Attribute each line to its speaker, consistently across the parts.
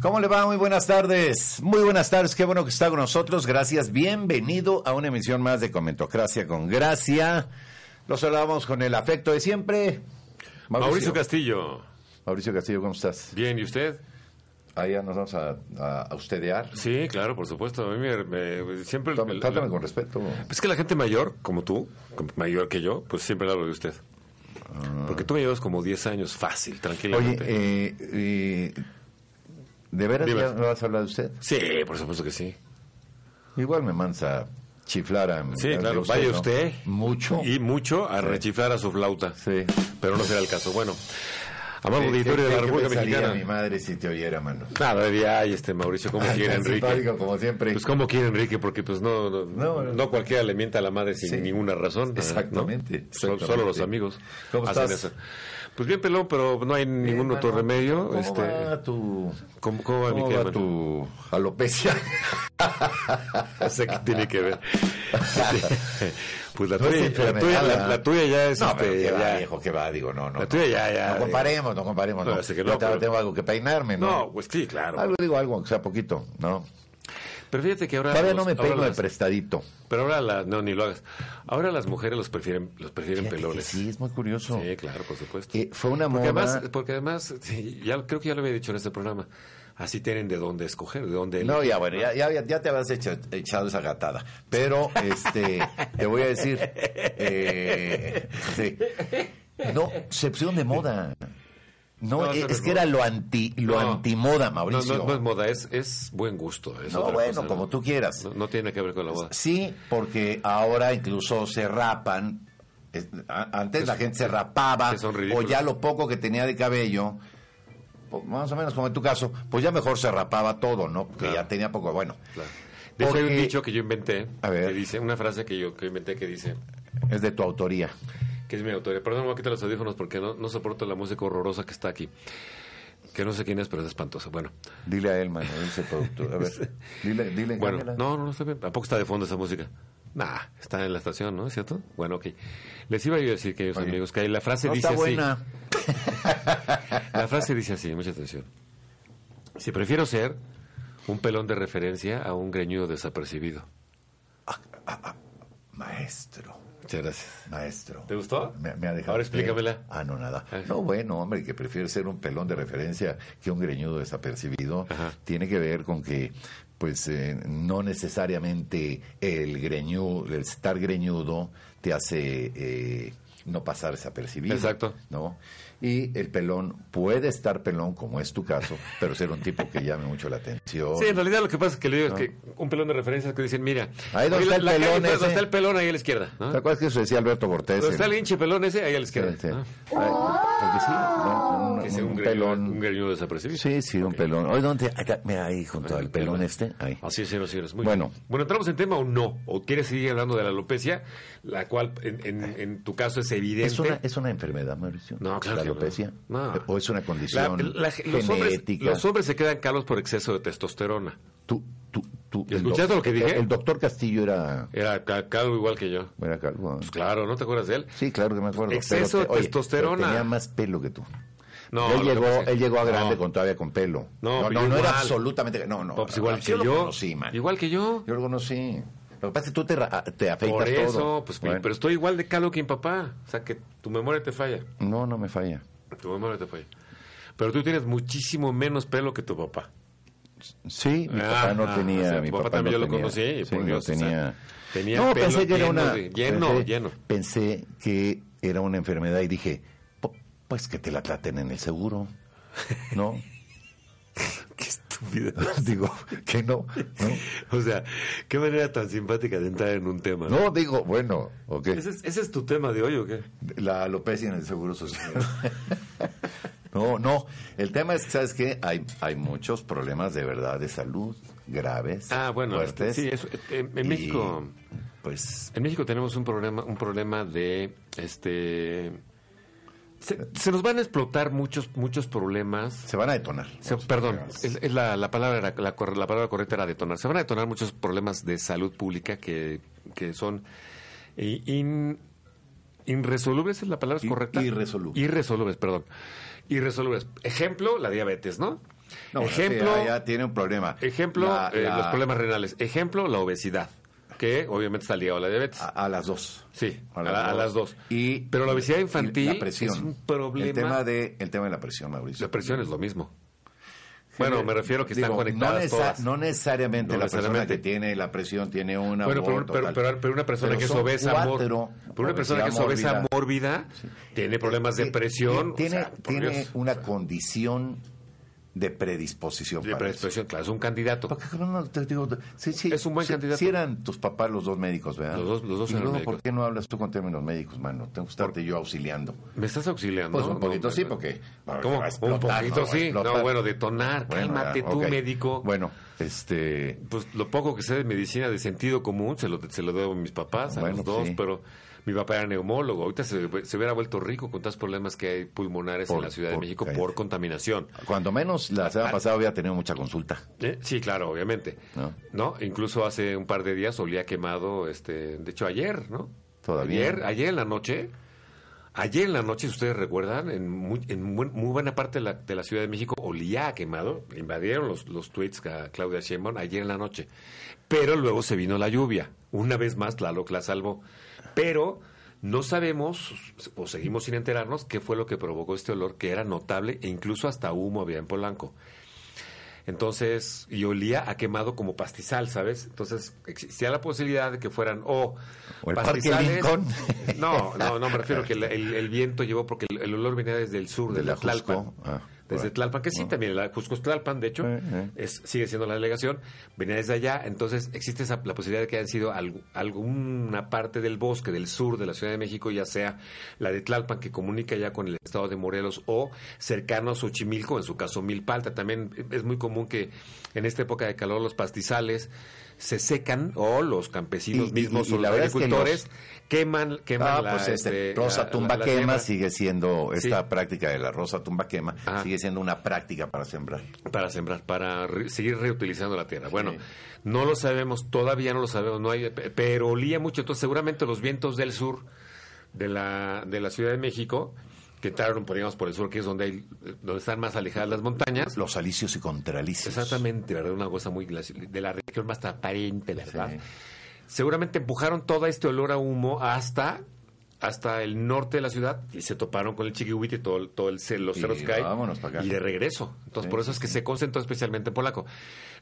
Speaker 1: ¿Cómo le va? Muy buenas tardes. Muy buenas tardes. Qué bueno que está con nosotros. Gracias. Bienvenido a una emisión más de Comentocracia con Gracia. Los saludamos con el afecto de siempre.
Speaker 2: Mauricio, Castillo.
Speaker 1: Mauricio Castillo, ¿cómo estás?
Speaker 2: Bien, ¿y usted?
Speaker 1: Allá nos vamos a, a, a ustedear.
Speaker 2: Sí, claro, por supuesto. A mí me- me- siempre...
Speaker 1: Trátame, trátame con respeto.
Speaker 2: Es que la gente mayor, como tú, como mayor que yo, pues siempre hablo de usted. Porque tú me llevas como 10 años fácil,
Speaker 1: Ah. Oye,
Speaker 2: tranquilamente.
Speaker 1: eh, eh, ¿de veras
Speaker 2: Dime.
Speaker 1: ya me vas a hablar de usted?
Speaker 2: sí, por supuesto que sí.
Speaker 1: Igual me mansa chiflar a
Speaker 2: Sí,
Speaker 1: a-
Speaker 2: claro,
Speaker 1: de
Speaker 2: vaya
Speaker 1: ¿no?
Speaker 2: usted.
Speaker 1: Mucho.
Speaker 2: Y mucho a rechiflar a su flauta.
Speaker 1: Sí.
Speaker 2: Pero no será el caso. Bueno, amado
Speaker 1: ¿Qué-
Speaker 2: auditorio
Speaker 1: qué-
Speaker 2: de la
Speaker 1: qué
Speaker 2: República
Speaker 1: pensaría mi
Speaker 2: Mexicana.
Speaker 1: madre si te oyera, mano?
Speaker 2: Nada, de ay, este Mauricio, como
Speaker 1: Ay,
Speaker 2: quiere
Speaker 1: tan
Speaker 2: Enrique.
Speaker 1: simpático como siempre.
Speaker 2: Pues como quiere Enrique, porque pues no, no,
Speaker 1: No, no.
Speaker 2: no cualquiera le mienta a la madre sin
Speaker 1: Sí.
Speaker 2: ninguna razón. ¿no?
Speaker 1: Exactamente,
Speaker 2: Solo-
Speaker 1: exactamente.
Speaker 2: Solo los amigos
Speaker 1: ¿Cómo
Speaker 2: hacen
Speaker 1: estás?
Speaker 2: eso. Pues bien, pelón, pero no hay ningún
Speaker 1: Eh,
Speaker 2: otro
Speaker 1: mano,
Speaker 2: remedio.
Speaker 1: ¿Cómo
Speaker 2: este,
Speaker 1: va tu,
Speaker 2: ¿Cómo, cómo va mi
Speaker 1: cómo
Speaker 2: querida
Speaker 1: va
Speaker 2: mano?
Speaker 1: tu alopecia?
Speaker 2: O sea, ¿qué tiene que ver? pues la
Speaker 1: No es
Speaker 2: tuya, la,
Speaker 1: enfermedad,
Speaker 2: tuya, la-
Speaker 1: ¿verdad?
Speaker 2: la tuya ya es...
Speaker 1: No,
Speaker 2: este,
Speaker 1: pero qué
Speaker 2: ya-
Speaker 1: va, viejo, qué va, digo, no, no.
Speaker 2: La tuya ya, ya.
Speaker 1: No comparemos, no comparemos.
Speaker 2: No,
Speaker 1: No,
Speaker 2: así que
Speaker 1: Yo
Speaker 2: no,
Speaker 1: ahora
Speaker 2: pero-
Speaker 1: tengo algo que peinarme, ¿no?
Speaker 2: No, pues sí, claro.
Speaker 1: Algo digo, algo, aunque sea poquito, ¿no?
Speaker 2: Pero fíjate que ahora...
Speaker 1: Todavía
Speaker 2: los-
Speaker 1: no me
Speaker 2: ahora
Speaker 1: peino de
Speaker 2: las-
Speaker 1: prestadito.
Speaker 2: Pero ahora las... No, ni lo hagas. Ahora las mujeres los prefieren, los prefieren
Speaker 1: Fíjate que
Speaker 2: pelones.
Speaker 1: Sí, es muy curioso.
Speaker 2: Sí, claro, por supuesto.
Speaker 1: Eh, fue una
Speaker 2: Porque
Speaker 1: moda.
Speaker 2: además, porque además sí, ya, creo que ya lo había dicho en este programa, así tienen de dónde escoger, de dónde...
Speaker 1: Eh, No, ya, bueno, ya, ya, ya te habías hecho- echado esa gatada. Pero, este, te voy a decir, eh, sí. no, se pusieron de moda. No,
Speaker 2: No,
Speaker 1: eh,
Speaker 2: eso no
Speaker 1: es
Speaker 2: es
Speaker 1: que
Speaker 2: moda.
Speaker 1: era lo anti, lo
Speaker 2: No.
Speaker 1: antimoda,
Speaker 2: No,
Speaker 1: Mauricio.
Speaker 2: no, no es moda, es, es buen gusto. es
Speaker 1: No,
Speaker 2: otra
Speaker 1: bueno,
Speaker 2: cosa,
Speaker 1: como
Speaker 2: ¿no?
Speaker 1: tú quieras.
Speaker 2: No, no tiene que ver con la moda.
Speaker 1: Sí, porque ahora incluso se rapan. Es- a- Antes la gente se rapaba
Speaker 2: que son
Speaker 1: o
Speaker 2: ridículos.
Speaker 1: ya lo poco que tenía de cabello, po- más o menos como en tu caso, pues ya mejor se rapaba todo, ¿no? Porque
Speaker 2: Claro.
Speaker 1: ya tenía poco. Bueno,
Speaker 2: Claro. De hecho, hay un
Speaker 1: Porque-
Speaker 2: dicho que yo inventé,
Speaker 1: A ver.
Speaker 2: que dice, una frase que yo que inventé que dice,
Speaker 1: es de tu autoría.
Speaker 2: que es mi autoría. Perdón, me voy a quitar los audífonos porque no, no soporto la música horrorosa que está aquí. Que no sé quién es, pero es espantosa. Bueno,
Speaker 1: Dile a él, mano, dice productor. A ver, dile, dile.
Speaker 2: Bueno,
Speaker 1: cámbiala.
Speaker 2: no, no, no está bien. Tampoco está de fondo esa música. Nah, está en la estación, ¿no? ¿Es cierto? Bueno, ok. Les iba yo a decir, queridos
Speaker 1: Oye.
Speaker 2: amigos, que la frase
Speaker 1: No
Speaker 2: dice
Speaker 1: está
Speaker 2: así.
Speaker 1: buena.
Speaker 2: La frase dice así, mucha atención. Si prefiero ser un pelón de referencia a un greñudo desapercibido.
Speaker 1: Maestro,
Speaker 2: Muchas gracias.
Speaker 1: maestro.
Speaker 2: ¿Te gustó?
Speaker 1: Me, me ha dejado.
Speaker 2: Ahora explícamela.
Speaker 1: Ah, no, nada. No, bueno, hombre, que prefiere ser un pelón de referencia que un greñudo desapercibido. Tiene que ver con que, pues, eh, no necesariamente el greñudo, el estar greñudo te hace eh, no pasar desapercibido.
Speaker 2: Exacto.
Speaker 1: ¿No? Y el pelón puede estar pelón, como es tu caso, pero ser un tipo que llame mucho la atención.
Speaker 2: Sí, en realidad lo que pasa es que le digo es que un pelón de referencia es que dicen, mira,
Speaker 1: Ahí donde
Speaker 2: oye,
Speaker 1: está el
Speaker 2: la calle,
Speaker 1: pelón
Speaker 2: pues,
Speaker 1: ese.
Speaker 2: donde está el pelón ahí a la izquierda, ¿no?
Speaker 1: ¿Te acuerdas que eso decía Alberto Cortés?
Speaker 2: Donde está
Speaker 1: en-
Speaker 2: el hinche pelón ese ahí a la
Speaker 1: Sí,
Speaker 2: izquierda.
Speaker 1: sí.
Speaker 2: ¿no?
Speaker 1: Ay, porque sí, ¿no? Un-
Speaker 2: Que sea
Speaker 1: un
Speaker 2: un, greñudo,
Speaker 1: pelón.
Speaker 2: un greñudo desapercibido.
Speaker 1: Sí, sí, un pelón. Oye, ¿dónde? Acá, mira ahí junto al pelón este. Ahí.
Speaker 2: Así es, señores, señores. Muy
Speaker 1: Bueno.
Speaker 2: bien. Bueno, ¿entramos en tema o no? ¿O quieres seguir hablando de la alopecia? La cual, en, en- en tu caso, es evidente.
Speaker 1: ¿Es una, ¿Es una enfermedad, Mauricio?
Speaker 2: No, claro
Speaker 1: ¿La
Speaker 2: que no.
Speaker 1: alopecia?
Speaker 2: No.
Speaker 1: ¿O es una
Speaker 2: La-
Speaker 1: condición
Speaker 2: la- los, hombres,
Speaker 1: genética?
Speaker 2: los hombres se quedan calos por exceso de testosterona.
Speaker 1: Tú- tú- tú-
Speaker 2: ¿Y escuchaste
Speaker 1: el doc-
Speaker 2: lo que dije?
Speaker 1: El doctor Castillo era,
Speaker 2: Era ca- calvo igual que yo.
Speaker 1: era calvo. ¿eh?
Speaker 2: Pues claro, ¿no te acuerdas de él?
Speaker 1: Sí, claro que me acuerdo.
Speaker 2: Exceso de
Speaker 1: oye,
Speaker 2: testosterona.
Speaker 1: pero tenía más pelo que tú.
Speaker 2: No,
Speaker 1: él,
Speaker 2: lo que
Speaker 1: llegó,
Speaker 2: pasa es que-
Speaker 1: él llegó a grande
Speaker 2: No.
Speaker 1: con todavía con pelo.
Speaker 2: No,
Speaker 1: no,
Speaker 2: pero
Speaker 1: no, era
Speaker 2: igual.
Speaker 1: absolutamente... No, no.
Speaker 2: No, pues igual
Speaker 1: no,
Speaker 2: que
Speaker 1: Ah, lo
Speaker 2: yo.
Speaker 1: conocí, man.
Speaker 2: Igual que yo.
Speaker 1: Yo lo conocí. Lo que pasa es que tú te, ra- te afeitas
Speaker 2: Por eso,
Speaker 1: todo.
Speaker 2: pues,
Speaker 1: Bueno.
Speaker 2: pero estoy igual de calo que mi papá. O sea, que tu memoria te falla.
Speaker 1: No, no me falla.
Speaker 2: Tu memoria te falla. Pero tú tienes muchísimo menos pelo que tu papá.
Speaker 1: Sí, mi
Speaker 2: Ah,
Speaker 1: papá no
Speaker 2: ah,
Speaker 1: tenía.
Speaker 2: o sea, tu
Speaker 1: mi
Speaker 2: papá
Speaker 1: no
Speaker 2: también yo lo
Speaker 1: tenía.
Speaker 2: conocí,
Speaker 1: Sí,
Speaker 2: por
Speaker 1: no
Speaker 2: Dios, o sea,
Speaker 1: tenía.
Speaker 2: tenía
Speaker 1: no,
Speaker 2: pelo
Speaker 1: pensé que era
Speaker 2: lleno
Speaker 1: una.
Speaker 2: de- lleno,
Speaker 1: pensé,
Speaker 2: lleno.
Speaker 1: Pensé que era una enfermedad y dije, "Po- pues que te la traten en el seguro, ¿no?
Speaker 2: Qué estúpido.
Speaker 1: digo, que no,
Speaker 2: O sea, qué manera tan simpática de entrar en un tema.
Speaker 1: no. No, digo, bueno, ok.
Speaker 2: ¿Ese, es, ese es tu tema de hoy o qué?
Speaker 1: La alopecia en el seguro social. No, no. El tema es que, ¿sabes qué? Hay, hay muchos problemas de verdad de salud graves.
Speaker 2: Ah, bueno,
Speaker 1: fuertes.
Speaker 2: sí, eso, eh, en, en
Speaker 1: Y,
Speaker 2: México,
Speaker 1: Pues
Speaker 2: en México tenemos un problema, un problema de, este, se, se nos van a explotar muchos, muchos problemas.
Speaker 1: se van a detonar.
Speaker 2: Se- perdón, es- es la, la palabra era- la, cor- la palabra correcta era detonar. Se van a detonar muchos problemas de salud pública que, que son eh, in- inresolubles, ¿es la palabra
Speaker 1: I-
Speaker 2: correcta?
Speaker 1: irresolubles.
Speaker 2: Irresolubles, perdón. Irresolubles. Ejemplo, la diabetes, ¿no?
Speaker 1: No, bueno,
Speaker 2: Ejemplo-
Speaker 1: o sea, ya tiene un problema.
Speaker 2: Ejemplo,
Speaker 1: La-
Speaker 2: eh,
Speaker 1: la-
Speaker 2: los problemas renales. Ejemplo, la obesidad, que obviamente está ligado a la diabetes.
Speaker 1: A, a las dos.
Speaker 2: Sí, a la- a las dos.
Speaker 1: Y,
Speaker 2: Pero la obesidad infantil
Speaker 1: y la presión.
Speaker 2: es un problema-
Speaker 1: El tema, de, el tema de la presión, Mauricio.
Speaker 2: La presión es lo mismo. Bueno, me refiero que están
Speaker 1: Digo,
Speaker 2: conectadas
Speaker 1: no, necesa-
Speaker 2: todas.
Speaker 1: no necesariamente
Speaker 2: No
Speaker 1: la persona
Speaker 2: necesariamente.
Speaker 1: que tiene la presión tiene una
Speaker 2: bueno, pero,
Speaker 1: aborto,
Speaker 2: pero-
Speaker 1: tal.
Speaker 2: pero- pero una persona
Speaker 1: Pero
Speaker 2: que es
Speaker 1: son
Speaker 2: obesa, mor-
Speaker 1: cuatro
Speaker 2: pero una persona que es
Speaker 1: obesidad
Speaker 2: obesa
Speaker 1: mórbida.
Speaker 2: mórbida tiene problemas de
Speaker 1: Eh,
Speaker 2: presión. o
Speaker 1: Tiene,
Speaker 2: sea, por
Speaker 1: tiene
Speaker 2: Dios.
Speaker 1: una condición de predisposición.
Speaker 2: de
Speaker 1: para eso.
Speaker 2: predisposición, claro, es un candidato.
Speaker 1: ¿Por qué, cabrón, no te digo? Sí, sí,
Speaker 2: Es un buen
Speaker 1: sí,
Speaker 2: candidato.
Speaker 1: sí eran tus papás los dos médicos, ¿verdad?
Speaker 2: Los dos- los dos
Speaker 1: y
Speaker 2: eran
Speaker 1: luego,
Speaker 2: médicos.
Speaker 1: ¿por qué no hablas tú con términos médicos, mano? Tengo que estarte yo auxiliando.
Speaker 2: ¿Me estás auxiliando?
Speaker 1: Pues un poquito sí,
Speaker 2: me-
Speaker 1: porque-
Speaker 2: ¿Cómo?
Speaker 1: va a explotar,
Speaker 2: un
Speaker 1: no,
Speaker 2: poquito
Speaker 1: va a
Speaker 2: sí.
Speaker 1: explotar.
Speaker 2: No, bueno, detonar.
Speaker 1: Bueno,
Speaker 2: Cálmate
Speaker 1: ya,
Speaker 2: tú,
Speaker 1: ok.
Speaker 2: médico.
Speaker 1: Bueno, este...
Speaker 2: Pues lo poco que sé de medicina de sentido común se lo, se lo debo a mis papás, a
Speaker 1: Bueno, pues
Speaker 2: los dos,
Speaker 1: sí.
Speaker 2: pero mi papá era neumólogo. Ahorita se, se hubiera vuelto rico con tantos problemas que hay pulmonares en
Speaker 1: Por-
Speaker 2: la Ciudad de
Speaker 1: por-
Speaker 2: México
Speaker 1: cállate.
Speaker 2: por contaminación.
Speaker 1: Cuando menos la semana pasada había tenido mucha consulta.
Speaker 2: ¿Eh? Sí, claro, obviamente. ¿No?
Speaker 1: ¿No?
Speaker 2: Incluso hace un par de días olía quemado, este, de hecho ayer, ¿no?
Speaker 1: Todavía.
Speaker 2: Ayer, ayer en la noche, ayer en la noche, si ustedes recuerdan, en muy, en buen- muy buena parte de la, de la Ciudad de México olía a quemado, invadieron los, los tweets a Claudia Sheinbaum ayer en la noche. Pero luego se vino la lluvia. Una vez más, Tlaloc la salvó. Pero... No sabemos, o seguimos sin enterarnos, qué fue lo que provocó este olor, que era notable e incluso hasta humo había en Polanco. Entonces, y olía a quemado como pastizal, ¿sabes? Entonces, existía la posibilidad de que fueran o,
Speaker 1: O el Parque Lincoln.
Speaker 2: No, no, no, me refiero que el, el- el viento llevó, porque el, el olor venía desde el sur,
Speaker 1: De
Speaker 2: desde
Speaker 1: la Jusco.
Speaker 2: Pues Tlalpan.
Speaker 1: Ah, Mm.
Speaker 2: desde
Speaker 1: bueno.
Speaker 2: Tlalpan, que sí, también, la Cusco es Tlalpan, de hecho,
Speaker 1: Eh, eh.
Speaker 2: es- sigue siendo la delegación, venía desde allá. Entonces, existe esa, la posibilidad de que hayan sido algu- alguna parte del bosque del sur de la Ciudad de México, ya sea la de Tlalpan, que comunica ya con el estado de Morelos, o cercano a Xochimilco, en su caso Milpalta. También es muy común que en esta época de calor los pastizales se secan o los campesinos
Speaker 1: Y- y-
Speaker 2: mismos
Speaker 1: y
Speaker 2: o
Speaker 1: la
Speaker 2: los
Speaker 1: verdad es que
Speaker 2: agricultores queman, queman
Speaker 1: Ah,
Speaker 2: la,
Speaker 1: pues este,
Speaker 2: este,
Speaker 1: rosa
Speaker 2: la-
Speaker 1: tumba
Speaker 2: la- la
Speaker 1: quema
Speaker 2: siembra.
Speaker 1: sigue siendo,
Speaker 2: Sí.
Speaker 1: esta práctica de la rosa tumba quema,
Speaker 2: Ajá.
Speaker 1: sigue siendo una práctica para sembrar.
Speaker 2: Para sembrar, para re- seguir reutilizando la tierra. Bueno,
Speaker 1: Sí.
Speaker 2: no lo sabemos, todavía no lo sabemos, no hay, pe- pero olía mucho. Entonces, seguramente los vientos del sur de la, de la Ciudad de México, que entraron, digamos, por el sur, que es donde, hay, donde están más alejadas las montañas.
Speaker 1: Los alicios y contralicios.
Speaker 2: Exactamente, ¿verdad? Una cosa muy glaci- de la región más transparente, ¿verdad?
Speaker 1: Sí.
Speaker 2: Seguramente empujaron todo este olor a humo hasta hasta el norte de la ciudad y se toparon con el Chiquihuite y todo, el- todo el cer- los
Speaker 1: Y
Speaker 2: cerros que hay.
Speaker 1: vámonos para acá.
Speaker 2: Y de regreso. Entonces,
Speaker 1: Sí,
Speaker 2: por eso es que se concentró especialmente en Polaco.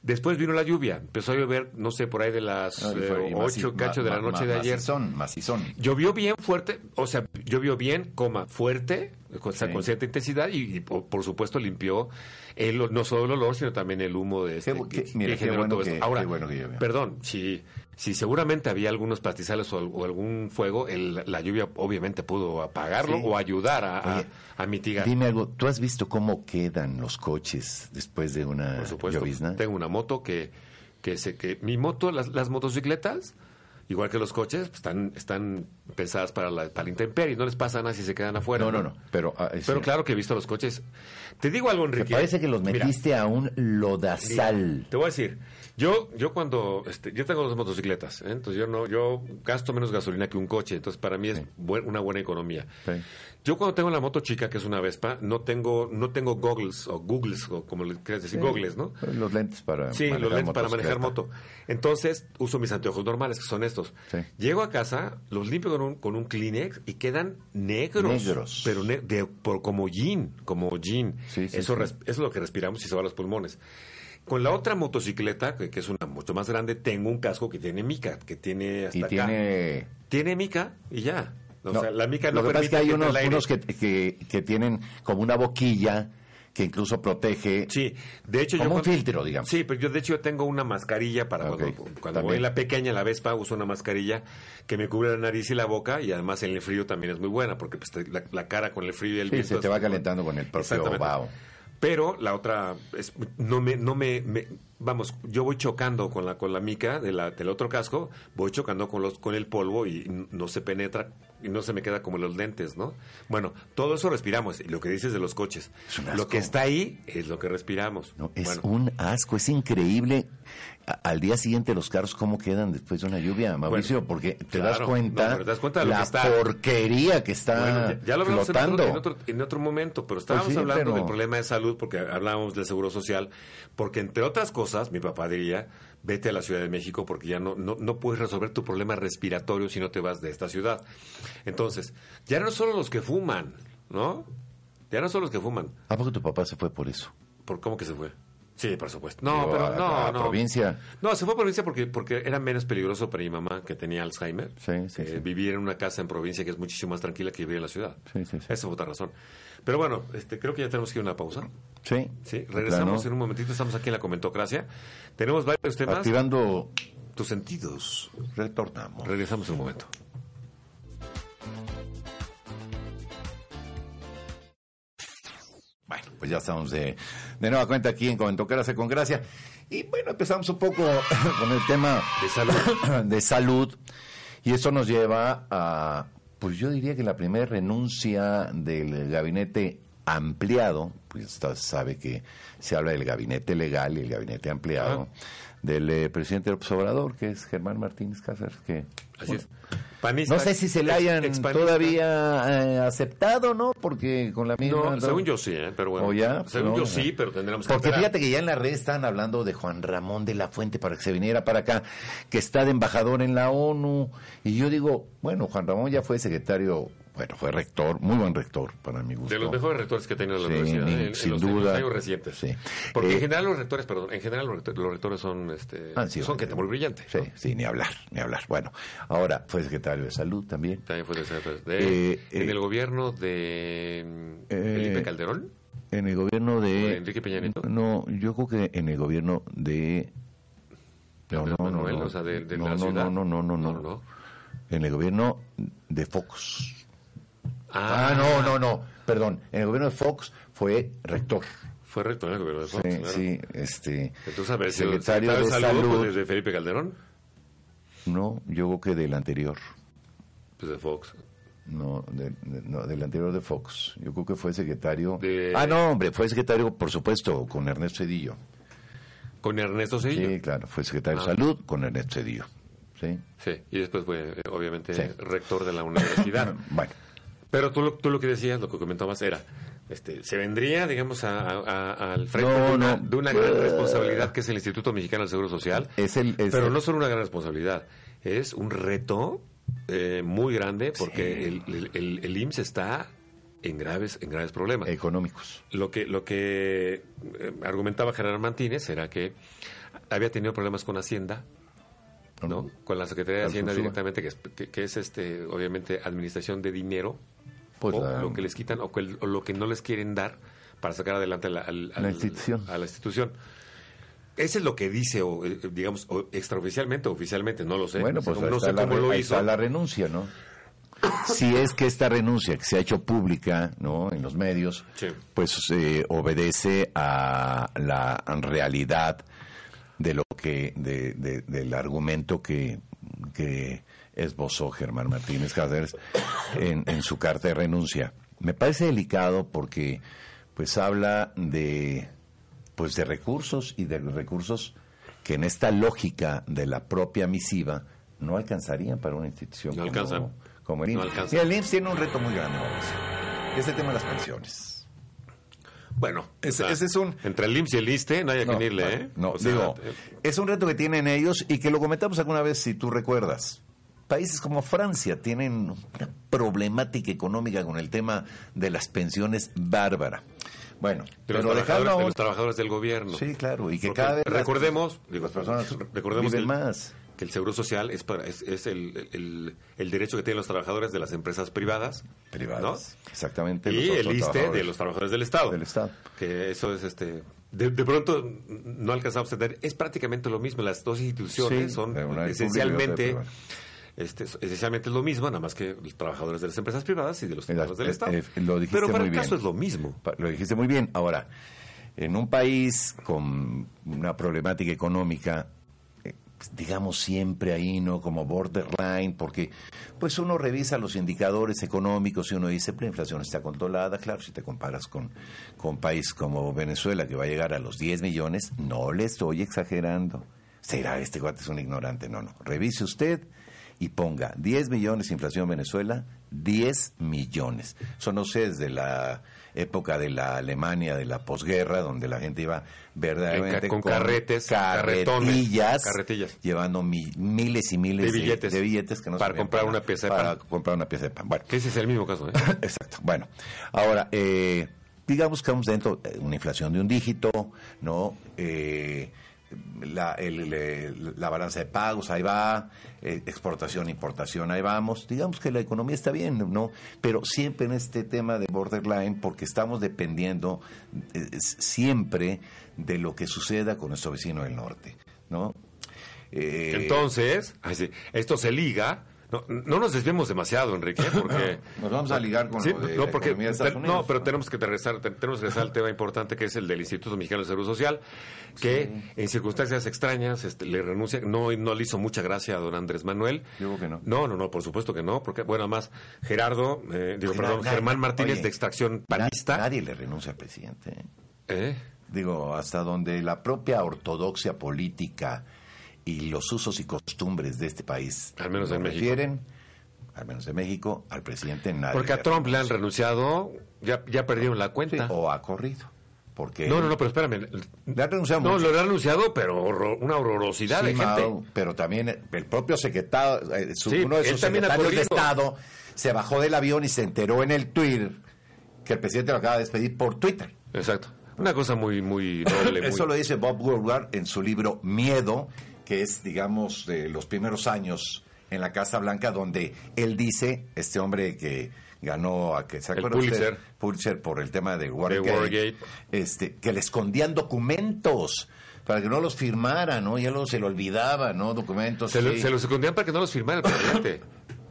Speaker 2: Después vino la lluvia. Empezó a llover, no sé, por ahí de las
Speaker 1: No, y fue- y
Speaker 2: 8
Speaker 1: maci-
Speaker 2: cacho de
Speaker 1: ma-
Speaker 2: la
Speaker 1: ma-
Speaker 2: noche de
Speaker 1: ma-
Speaker 2: ayer.
Speaker 1: Macizón, macizón.
Speaker 2: Llovió bien fuerte, o sea, llovió bien, coma, fuerte, o sea,
Speaker 1: Sí.
Speaker 2: con cierta intensidad y, y por, por supuesto limpió el, o- no solo el olor, sino también el humo de este
Speaker 1: Qué bu- qué- mira, qué bueno que-
Speaker 2: Ahora,
Speaker 1: qué bueno que llovió.
Speaker 2: perdón, si, si seguramente había algunos pastizales o, al- o algún fuego, el- la lluvia obviamente pudo apagarlo
Speaker 1: Sí.
Speaker 2: o ayudar a, a-
Speaker 1: Oye,
Speaker 2: a mitigar.
Speaker 1: Dime algo, ¿tú has visto cómo quedan los coches después de una
Speaker 2: Por supuesto.
Speaker 1: llovizna?
Speaker 2: Tengo una moto que, que sé que mi moto, las, las motocicletas, igual que los coches, pues, están, están pensadas para la, para la intemperie, no les pasa nada si se quedan afuera.
Speaker 1: No, no, no. Pero, ah, es-
Speaker 2: Pero claro que he visto los coches. Te digo algo,
Speaker 1: me
Speaker 2: Enrique.
Speaker 1: parece que los
Speaker 2: Mira,
Speaker 1: metiste a un
Speaker 2: mira,
Speaker 1: lodazal.
Speaker 2: Te voy a decir, yo, yo cuando, este, yo tengo dos motocicletas, ¿eh? entonces yo no, yo gasto menos gasolina que un coche, entonces para mí es buen- una buena economía.
Speaker 1: Sí.
Speaker 2: Yo cuando tengo la moto chica, que es una Vespa, no tengo, no tengo goggles o googles o como le quieras decir, goggles, ¿no?
Speaker 1: Los lentes para
Speaker 2: Sí, los lentes para manejar
Speaker 1: motocicleta.
Speaker 2: moto. Entonces, uso mis anteojos normales, que son estos.
Speaker 1: Sí.
Speaker 2: Llego a casa, los limpio con un, con un Kleenex y quedan negros.
Speaker 1: Negros.
Speaker 2: Pero ne- de- por, como jean, como jean.
Speaker 1: Sí, sí,
Speaker 2: eso,
Speaker 1: sí.
Speaker 2: res- eso es lo que respiramos y se va a los pulmones. Con la otra motocicleta, que, que es una mucho más grande, tengo un casco que tiene mica, que tiene hasta
Speaker 1: Y
Speaker 2: acá.
Speaker 1: tiene
Speaker 2: Tiene mica y ya. O
Speaker 1: No,
Speaker 2: sea, la mica
Speaker 1: lo
Speaker 2: no
Speaker 1: que pasa es
Speaker 2: permite
Speaker 1: que hay unos,
Speaker 2: entre el aire.
Speaker 1: unos que, que, que tienen como una boquilla que incluso protege.
Speaker 2: Sí, de hecho yo
Speaker 1: Como un
Speaker 2: cuando-
Speaker 1: filtro, digamos.
Speaker 2: Sí, pero yo de hecho yo tengo una mascarilla para
Speaker 1: Ok,
Speaker 2: cuando, cuando
Speaker 1: también.
Speaker 2: voy en la pequeña, la Vespa, uso una mascarilla que me cubre la nariz y la boca y además en el frío también es muy buena porque pues, te- la, la cara con el frío y el
Speaker 1: Sí,
Speaker 2: viento
Speaker 1: se te
Speaker 2: es-
Speaker 1: va calentando con el propio
Speaker 2: Exactamente.
Speaker 1: vaho.
Speaker 2: Pero la otra es- no me no me, me- vamos, yo voy chocando con la con la mica de la- del otro casco, voy chocando con los con el polvo y no se penetra y no se me queda como los lentes, ¿no? Bueno, todo eso respiramos. Y lo que dices de los coches,
Speaker 1: Es un asco.
Speaker 2: lo que está ahí es lo que respiramos.
Speaker 1: No, es
Speaker 2: Bueno,
Speaker 1: un asco, es increíble a- al día siguiente los carros cómo quedan después de una lluvia, Mauricio, porque te das
Speaker 2: claro,
Speaker 1: cuenta,
Speaker 2: no, pero te das cuenta de lo
Speaker 1: la
Speaker 2: que está.
Speaker 1: porquería que está
Speaker 2: Bueno, ya, ya lo hablamos en
Speaker 1: flotando. Pues
Speaker 2: otro, en, otro, en otro momento, pero estábamos
Speaker 1: sí,
Speaker 2: hablando
Speaker 1: pero-
Speaker 2: del problema de salud porque hablábamos del seguro social, porque entre otras cosas, mi papá diría, vete a la Ciudad de México porque ya no, no, no puedes resolver tu problema respiratorio si no te vas de esta ciudad. Entonces, ya no solo los que fuman, ¿no? Ya no solo los que fuman,
Speaker 1: ¿A poco tu papá se fue por eso?
Speaker 2: ¿por cómo que se fue? Sí, por supuesto. No,
Speaker 1: Llegó
Speaker 2: pero
Speaker 1: a-
Speaker 2: no,
Speaker 1: a
Speaker 2: no.
Speaker 1: provincia.
Speaker 2: No, se fue a provincia porque, porque era menos peligroso para mi mamá, que tenía Alzheimer,
Speaker 1: Sí, sí,
Speaker 2: eh,
Speaker 1: sí.
Speaker 2: vivir en una casa en provincia que es muchísimo más tranquila que vivir en la ciudad.
Speaker 1: Sí, sí, sí.
Speaker 2: Esa es otra razón. Pero bueno, este, creo que ya tenemos que ir a una pausa.
Speaker 1: Sí,
Speaker 2: Sí,
Speaker 1: de
Speaker 2: regresamos en
Speaker 1: plano,
Speaker 2: un momentito, estamos aquí en la comentocracia. Tenemos varios temas.
Speaker 1: activando,
Speaker 2: Tus sentidos.
Speaker 1: retornamos.
Speaker 2: Regresamos en un momento.
Speaker 1: Bueno, pues ya estamos de, de nueva cuenta aquí en Comentocracia con Gracia. Y bueno, empezamos un poco con el tema
Speaker 2: De salud.
Speaker 1: de salud. Y eso nos lleva a, pues yo diría que la primera renuncia del gabinete ampliado, pues usted sabe que se habla del gabinete legal y el gabinete ampliado, del eh, presidente López Obrador, que es Germán Martínez Cáceres, que...
Speaker 2: Así
Speaker 1: bueno,
Speaker 2: es. Panista,
Speaker 1: No sé si se le
Speaker 2: ex-
Speaker 1: hayan
Speaker 2: expanista.
Speaker 1: todavía eh, aceptado, ¿no? Porque con la misma...
Speaker 2: No, según yo sí, ¿eh? pero bueno.
Speaker 1: ¿O ya?
Speaker 2: Según
Speaker 1: No,
Speaker 2: yo
Speaker 1: no.
Speaker 2: sí, pero tendremos que
Speaker 1: Porque
Speaker 2: esperar.
Speaker 1: fíjate que ya en la red están hablando de Juan Ramón de la Fuente para que se viniera para acá, que está de embajador en la ONU. Y yo digo, bueno, Juan Ramón ya fue secretario, bueno, fue rector, muy buen rector para mi gusto.
Speaker 2: De los mejores rectores que ha tenido la
Speaker 1: Sí,
Speaker 2: universidad,
Speaker 1: ni-
Speaker 2: ¿eh? en- en,
Speaker 1: sin
Speaker 2: los,
Speaker 1: duda.
Speaker 2: en los años recientes.
Speaker 1: Sí.
Speaker 2: Porque
Speaker 1: Eh,
Speaker 2: en general los rectores, perdón, en general los rectores, los rectores son, este,
Speaker 1: Han sido
Speaker 2: son
Speaker 1: gente
Speaker 2: gente muy brillante.
Speaker 1: Sí, sí, ni hablar, ni hablar. Bueno, ahora fue secretario de salud también.
Speaker 2: También fue de esa- de-
Speaker 1: Eh,
Speaker 2: en
Speaker 1: eh,
Speaker 2: el gobierno de mm,
Speaker 1: eh,
Speaker 2: Felipe Calderón.
Speaker 1: En el gobierno de...
Speaker 2: ¿De Enrique Peña Nieto?
Speaker 1: No, yo creo que en el gobierno de... No, no,
Speaker 2: Andrés
Speaker 1: no,
Speaker 2: Manuel,
Speaker 1: no.
Speaker 2: o sea, de- de
Speaker 1: no,
Speaker 2: la
Speaker 1: no,
Speaker 2: ciudad.
Speaker 1: no, no, no, no,
Speaker 2: No, no.
Speaker 1: En el gobierno de Fox. Ah, no, no, no. Perdón. En el gobierno de Fox fue rector.
Speaker 2: Fue rector en el gobierno de
Speaker 1: Sí,
Speaker 2: Fox, Ah, claro.
Speaker 1: sí, este.
Speaker 2: Entonces, a ver, si el
Speaker 1: secretario de
Speaker 2: secretario
Speaker 1: salud.
Speaker 2: pues, desde Felipe Calderón,
Speaker 1: No, yo creo que del anterior.
Speaker 2: pues de Fox.
Speaker 1: No, del- de- no, del anterior de Fox. Yo creo que fue secretario.
Speaker 2: De-
Speaker 1: Ah, no, hombre, fue secretario, por supuesto, con Ernesto Cedillo.
Speaker 2: Con Ernesto Cedillo.
Speaker 1: Sí,
Speaker 2: Sí.
Speaker 1: claro, fue secretario
Speaker 2: Ah.
Speaker 1: de salud con Ernesto Cedillo. Sí.
Speaker 2: Y después fue, eh, obviamente,
Speaker 1: Sí.
Speaker 2: rector de la universidad.
Speaker 1: Bueno,
Speaker 2: Pero tú, lo- tú lo que decías, lo que comentabas era, este, se vendría, digamos, a- a- a- al frente
Speaker 1: No,
Speaker 2: de
Speaker 1: no.
Speaker 2: una,
Speaker 1: Eh.
Speaker 2: de una gran responsabilidad que es el Instituto Mexicano del Seguro Social.
Speaker 1: es el. es
Speaker 2: pero
Speaker 1: el-
Speaker 2: no solo una gran responsabilidad, es un reto eh, muy grande porque el, el, el- el IMSS está en graves, en graves problemas.
Speaker 1: Económicos.
Speaker 2: Lo que, lo que eh, argumentaba Gerardo Martínez era que había tenido problemas con Hacienda, ¿no? Con la Secretaría de
Speaker 1: Con
Speaker 2: Hacienda
Speaker 1: Susur.
Speaker 2: directamente, que es, que- que es este, obviamente, administración de dinero,
Speaker 1: Pues
Speaker 2: o
Speaker 1: la-
Speaker 2: lo que les quitan o, que- o lo que no les quieren dar para sacar adelante la, al- al-
Speaker 1: La institución.
Speaker 2: A la institución. Eso es lo que dice, o, eh, digamos, o extraoficialmente o oficialmente, no lo sé.
Speaker 1: Bueno, pues
Speaker 2: no,
Speaker 1: ahí
Speaker 2: no
Speaker 1: está
Speaker 2: sé
Speaker 1: la
Speaker 2: cómo
Speaker 1: re-
Speaker 2: lo
Speaker 1: ahí
Speaker 2: hizo.
Speaker 1: está la renuncia, ¿no? Si es que esta renuncia que se ha hecho pública, ¿no? En los medios,
Speaker 2: Sí.
Speaker 1: pues eh, obedece a la realidad de lo que, de, de- del argumento que, que esbozó Germán Martínez Cáceres en, en su carta de renuncia. Me parece delicado porque, pues, habla de, pues, de recursos y de recursos que en esta lógica de la propia misiva no alcanzarían para una institución
Speaker 2: No
Speaker 1: como-
Speaker 2: alcanzan.
Speaker 1: como el
Speaker 2: No
Speaker 1: IMSS.
Speaker 2: alcanzan.
Speaker 1: Y el IMSS tiene un reto muy grande, Mauricio, que es el tema de las pensiones.
Speaker 2: Bueno,
Speaker 1: Ese-
Speaker 2: o sea,
Speaker 1: ese es un-
Speaker 2: Entre el IMSS y el ISTE, no hay a quien irle, ¿eh?
Speaker 1: No,
Speaker 2: O sea,
Speaker 1: digo,
Speaker 2: eh,
Speaker 1: es un reto que tienen ellos y que lo comentamos alguna vez, si tú recuerdas. Países como Francia tienen una problemática económica con el tema de las pensiones bárbara. Bueno,
Speaker 2: de los,
Speaker 1: pero
Speaker 2: trabajadores,
Speaker 1: dejando a
Speaker 2: de
Speaker 1: un-
Speaker 2: los trabajadores del gobierno.
Speaker 1: Sí, claro, y que
Speaker 2: Porque
Speaker 1: cada vez las-
Speaker 2: recordemos, digo,
Speaker 1: las personas
Speaker 2: recordemos
Speaker 1: viven
Speaker 2: el-
Speaker 1: más.
Speaker 2: que el seguro social es para es, es el, el- el derecho que tienen los trabajadores de las empresas privadas.
Speaker 1: Privadas. Exactamente.
Speaker 2: ¿no?
Speaker 1: los
Speaker 2: Y el
Speaker 1: otros
Speaker 2: ISTE de
Speaker 1: trabajadores
Speaker 2: los trabajadores del Estado.
Speaker 1: del Estado.
Speaker 2: Que eso es este. De, de pronto no alcanzamos a entender. Es prácticamente lo mismo. Las dos instituciones
Speaker 1: Sí,
Speaker 2: son
Speaker 1: de una es pública y otra
Speaker 2: esencialmente.
Speaker 1: privada.
Speaker 2: Este, es- esencialmente es lo mismo, nada más que los trabajadores de las empresas privadas y de los
Speaker 1: Eh,
Speaker 2: trabajadores del
Speaker 1: eh,
Speaker 2: Estado.
Speaker 1: eh, lo dijiste
Speaker 2: Pero para
Speaker 1: muy
Speaker 2: el
Speaker 1: bien.
Speaker 2: caso es lo mismo.
Speaker 1: Pa- Lo dijiste muy bien. Ahora, en un país con una problemática económica, eh, digamos, siempre ahí, ¿no? Como borderline, porque pues uno revisa los indicadores económicos y uno dice, "Pues la inflación está controlada, claro, si te comparas con, con país como Venezuela, que va a llegar a los 10 millones, no le estoy exagerando. Será, este cuate es un ignorante, no, no. Revise usted y ponga 10 millones inflación Venezuela, 10 millones. Eso no sé, desde la época de la Alemania, de la posguerra, donde la gente iba verdaderamente
Speaker 2: con, con carretes,
Speaker 1: carretillas,
Speaker 2: carretillas.
Speaker 1: llevando mi, miles y miles
Speaker 2: De billetes.
Speaker 1: de, billetes que no
Speaker 2: Para
Speaker 1: servían
Speaker 2: comprar una pieza de
Speaker 1: para
Speaker 2: pan.
Speaker 1: comprar una pieza de pan. Bueno,
Speaker 2: Que ese es el mismo caso. ¿eh?
Speaker 1: Exacto. Bueno, ahora, eh, digamos que vamos dentro de una inflación de un dígito, ¿no? Eh, la, el- el- la balanza de pagos, ahí va, eh, exportación, importación, ahí vamos. Digamos que la economía está bien, ¿no? Pero siempre en este tema de borderline, porque estamos dependiendo eh, siempre de lo que suceda con nuestro vecino del norte, ¿no? Eh,
Speaker 2: Entonces, ay, sí, esto se liga. No, no nos desviemos demasiado, Enrique, porque...
Speaker 1: Nos vamos a ligar con
Speaker 2: Sí,
Speaker 1: lo de
Speaker 2: no,
Speaker 1: la
Speaker 2: porque
Speaker 1: economía de Estados
Speaker 2: te-
Speaker 1: Unidos,
Speaker 2: no, pero tenemos que regresar, te- tenemos que regresar al tema importante que es el del Instituto Mexicano de Seguro Social, que en circunstancias extrañas este, le renuncia, no, no le hizo mucha gracia a don Andrés Manuel.
Speaker 1: Yo creo que no.
Speaker 2: No, no, no, por supuesto que no, porque, bueno, además, Gerardo, eh, digo,
Speaker 1: Sí,
Speaker 2: perdón,
Speaker 1: no, nadie-
Speaker 2: Germán Martínez
Speaker 1: oye,
Speaker 2: de extracción
Speaker 1: na-
Speaker 2: panista.
Speaker 1: Nadie le renuncia al presidente, ¿eh?
Speaker 2: ¿eh?
Speaker 1: Digo, hasta donde la propia ortodoxia política y los usos y costumbres de este país
Speaker 2: Al menos
Speaker 1: lo
Speaker 2: en México.
Speaker 1: refieren, al menos en México, al presidente nadie.
Speaker 2: Porque a
Speaker 1: le
Speaker 2: Trump le han renunciado, ya, ya perdieron la
Speaker 1: renuncia.
Speaker 2: cuenta.
Speaker 1: O ha corrido. Porque
Speaker 2: No, no, no, pero espérame.
Speaker 1: le ha renunciado
Speaker 2: No,
Speaker 1: mucho.
Speaker 2: lo han anunciado, pero horror- una horrorosidad
Speaker 1: Sí,
Speaker 2: de gente.
Speaker 1: Mao, pero también el propio secretario, eh, su-
Speaker 2: Sí,
Speaker 1: uno de
Speaker 2: él
Speaker 1: sus
Speaker 2: también ha
Speaker 1: secretarios de
Speaker 2: corrido.
Speaker 1: Estado, se bajó del avión y se enteró en el Twitter que el presidente lo acaba de despedir por Twitter.
Speaker 2: Exacto. Una cosa muy, muy noble. muy-
Speaker 1: Eso lo dice Bob Woodward en su libro Miedo, que es, digamos, de los primeros años en la Casa Blanca, donde él dice, este hombre que ganó a que se
Speaker 2: El
Speaker 1: acuerda usted?
Speaker 2: Pulitzer.
Speaker 1: Pulitzer por el tema de Watergate,
Speaker 2: Watergate.
Speaker 1: este, que le escondían documentos para que no los firmara, ¿no? Ya lo, se lo olvidaba, ¿no? Documentos.
Speaker 2: se, lo-
Speaker 1: sí.
Speaker 2: se los escondían para que no los firmara el presidente.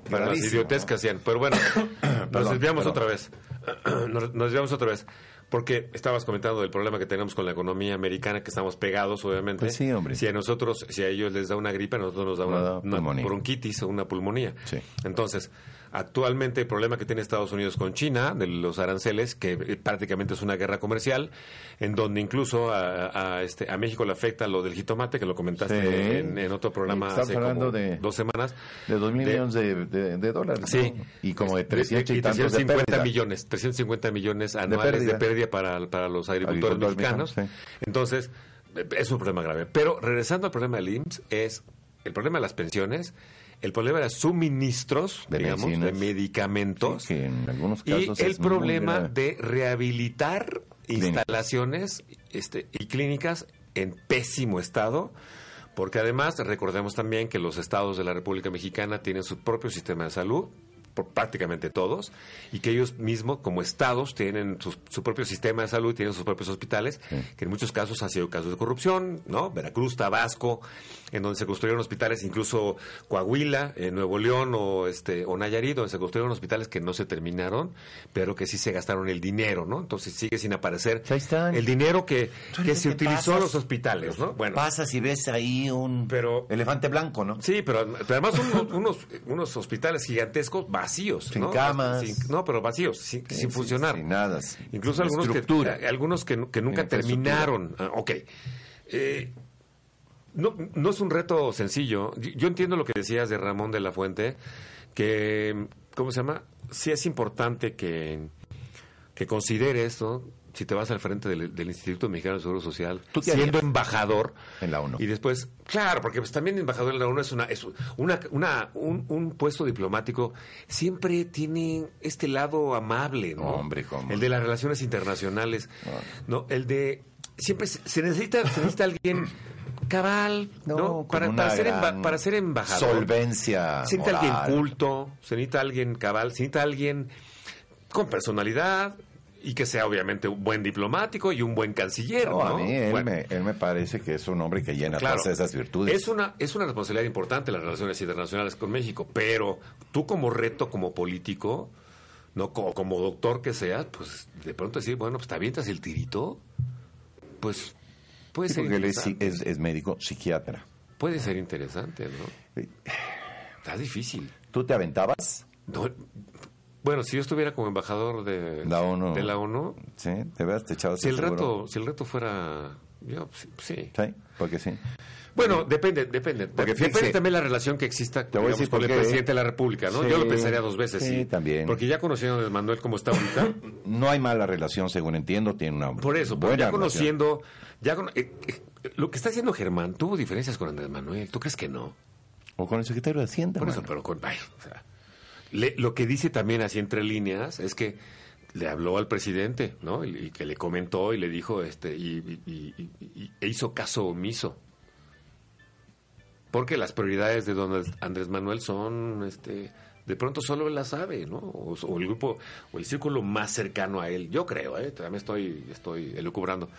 Speaker 2: para las
Speaker 1: Gravísimo,
Speaker 2: idioteces
Speaker 1: ¿no?
Speaker 2: que hacían. Pero bueno, nos
Speaker 1: Perdón,
Speaker 2: desviamos
Speaker 1: perdón.
Speaker 2: otra vez. nos, nos desviamos otra vez. Porque estabas comentando del problema que tenemos con la economía americana, que estamos pegados, obviamente.
Speaker 1: Pues sí, hombre.
Speaker 2: Si a nosotros, si a ellos les da una gripe, a nosotros nos da
Speaker 1: Nos
Speaker 2: una,
Speaker 1: da
Speaker 2: una
Speaker 1: pulmonía.
Speaker 2: bronquitis o una pulmonía.
Speaker 1: Sí.
Speaker 2: Entonces, actualmente el problema que tiene Estados Unidos con China, de los aranceles, que eh, prácticamente es una guerra comercial, en donde incluso a, a, este, a México le afecta lo del jitomate, que lo comentaste
Speaker 1: Sí.
Speaker 2: en, en otro programa
Speaker 1: Estamos
Speaker 2: hace como
Speaker 1: hablando de-
Speaker 2: dos semanas.
Speaker 1: De dos mil
Speaker 2: de-
Speaker 1: millones de, de- de dólares.
Speaker 2: Sí.
Speaker 1: ¿no? Y como de
Speaker 2: Este,
Speaker 1: 300 y tantos de
Speaker 2: 350
Speaker 1: pérdida.
Speaker 2: millones, 350 millones anuales de pérdida,
Speaker 1: pérdida.
Speaker 2: para, para los agricultores
Speaker 1: Agricultores
Speaker 2: mexicanos.
Speaker 1: mexicanos,
Speaker 2: Entonces, eh, es un problema grave. Pero regresando al problema del IMSS, es el problema de las pensiones, el problema de los suministros,
Speaker 1: De
Speaker 2: digamos, de
Speaker 1: medicinas.
Speaker 2: medicamentos.
Speaker 1: Sí, que en algunos
Speaker 2: y
Speaker 1: casos
Speaker 2: el
Speaker 1: es muy
Speaker 2: problema
Speaker 1: grave.
Speaker 2: de rehabilitar
Speaker 1: Clínicas.
Speaker 2: instalaciones este, y clínicas en pésimo estado, porque además recordemos también que los estados de la República Mexicana tienen su propio sistema de salud, por prácticamente todos, y que ellos mismos como estados tienen sus- su propio sistema de salud, tienen sus propios hospitales, que en muchos casos han sido casos de corrupción, ¿no? Veracruz, Tabasco, en donde se construyeron hospitales, incluso Coahuila, en Nuevo León o este o Nayarit, donde se construyeron hospitales que no se terminaron, pero que sí se gastaron el dinero, ¿no? Entonces sigue sin aparecer
Speaker 1: Ahí están.
Speaker 2: el dinero que,
Speaker 1: Tú
Speaker 2: que
Speaker 1: eres
Speaker 2: se
Speaker 1: el que
Speaker 2: utilizó en
Speaker 1: pasas.
Speaker 2: los hospitales, ¿no? Bueno,
Speaker 1: Pasas y ves ahí un
Speaker 2: Pero-
Speaker 1: elefante blanco, ¿no?
Speaker 2: Sí, pero, pero además unos, unos, unos hospitales gigantescos vacíos.
Speaker 1: Sin
Speaker 2: ¿no?
Speaker 1: camas.
Speaker 2: Sin- no, pero vacíos, sin, sin
Speaker 1: Sí,
Speaker 2: funcionar.
Speaker 1: Sin nada.
Speaker 2: Incluso
Speaker 1: sin
Speaker 2: algunos
Speaker 1: estructura.
Speaker 2: que, eh, algunos que, nu- que nunca
Speaker 1: infraestructura.
Speaker 2: terminaron. Ah, ok. Eh, no, no es un reto sencillo. Yo yo entiendo lo que decías de Ramón de la Fuente, que, ¿cómo se llama? Sí es importante que, que consideres, ¿no? si te vas al frente del, del Instituto Mexicano del Seguro Social,
Speaker 1: ¿Tú qué
Speaker 2: siendo
Speaker 1: harías?
Speaker 2: embajador
Speaker 1: En la ONU.
Speaker 2: Y después, claro, porque pues también embajador en la ONU es una, es una, una- un, un puesto diplomático siempre tiene este lado amable, ¿no?
Speaker 1: Hombre, cómo.
Speaker 2: El de las relaciones internacionales. No, el de siempre se se necesita, se necesita alguien cabal, ¿no?
Speaker 1: con
Speaker 2: para,
Speaker 1: una
Speaker 2: para ser emba-
Speaker 1: gran
Speaker 2: para ser embajador.
Speaker 1: Solvencia.
Speaker 2: Se necesita
Speaker 1: moral.
Speaker 2: alguien culto, se necesita alguien cabal, se necesita alguien con personalidad y que sea obviamente un buen diplomático y un buen canciller, ¿no?
Speaker 1: No, a mí él,
Speaker 2: Bueno.
Speaker 1: me, él me parece que es un hombre que llena
Speaker 2: Claro.
Speaker 1: todas esas virtudes.
Speaker 2: Es una, es una responsabilidad importante las relaciones internacionales con México, pero tú como reto, como político, no como, como doctor que seas, pues de pronto decir, bueno, pues te avientas el tirito, pues puede
Speaker 1: Sí,
Speaker 2: ser
Speaker 1: porque él es,
Speaker 2: interesante.
Speaker 1: es- es médico psiquiatra.
Speaker 2: Puede ser interesante, ¿no? Está difícil.
Speaker 1: ¿Tú te aventabas?
Speaker 2: No, bueno, si yo estuviera como embajador de
Speaker 1: La ONU.
Speaker 2: de la ONU,
Speaker 1: Sí, te veas, te echabas
Speaker 2: si el
Speaker 1: el seguro.
Speaker 2: reto, si el reto fuera yo, pues, sí.
Speaker 1: Sí, porque sí.
Speaker 2: Bueno, depende, depende.
Speaker 1: Eh, Porque
Speaker 2: depende
Speaker 1: fíjese-
Speaker 2: también la relación que exista
Speaker 1: Te voy a
Speaker 2: digamos,
Speaker 1: decir
Speaker 2: con
Speaker 1: por
Speaker 2: el
Speaker 1: qué. ¿eh?
Speaker 2: presidente de la República, ¿no?
Speaker 1: Sí,
Speaker 2: Yo lo pensaría dos veces,
Speaker 1: sí,
Speaker 2: sí.
Speaker 1: también.
Speaker 2: Porque ya conociendo a Manuel como está ahorita,
Speaker 1: No hay mala relación, según entiendo, tiene una
Speaker 2: por eso, pero
Speaker 1: buena
Speaker 2: ya
Speaker 1: relación.
Speaker 2: conociendo, ya cono- eh, eh, lo que está haciendo Germán, tuvo diferencias con Andrés Manuel, ¿tú crees que no?
Speaker 1: O con el secretario de Hacienda.
Speaker 2: Por eso,
Speaker 1: mano.
Speaker 2: pero con... ay, o sea, le- lo que dice también así entre líneas es que le habló al presidente, ¿no? Y, y que le comentó y le dijo, este, y, y- y- y- y- e hizo caso omiso. Porque las prioridades de don Andrés Manuel son, este, de pronto solo él las sabe, ¿no? O, o el grupo, o el círculo más cercano a él. Yo creo, ¿eh? También estoy, estoy elucubrando.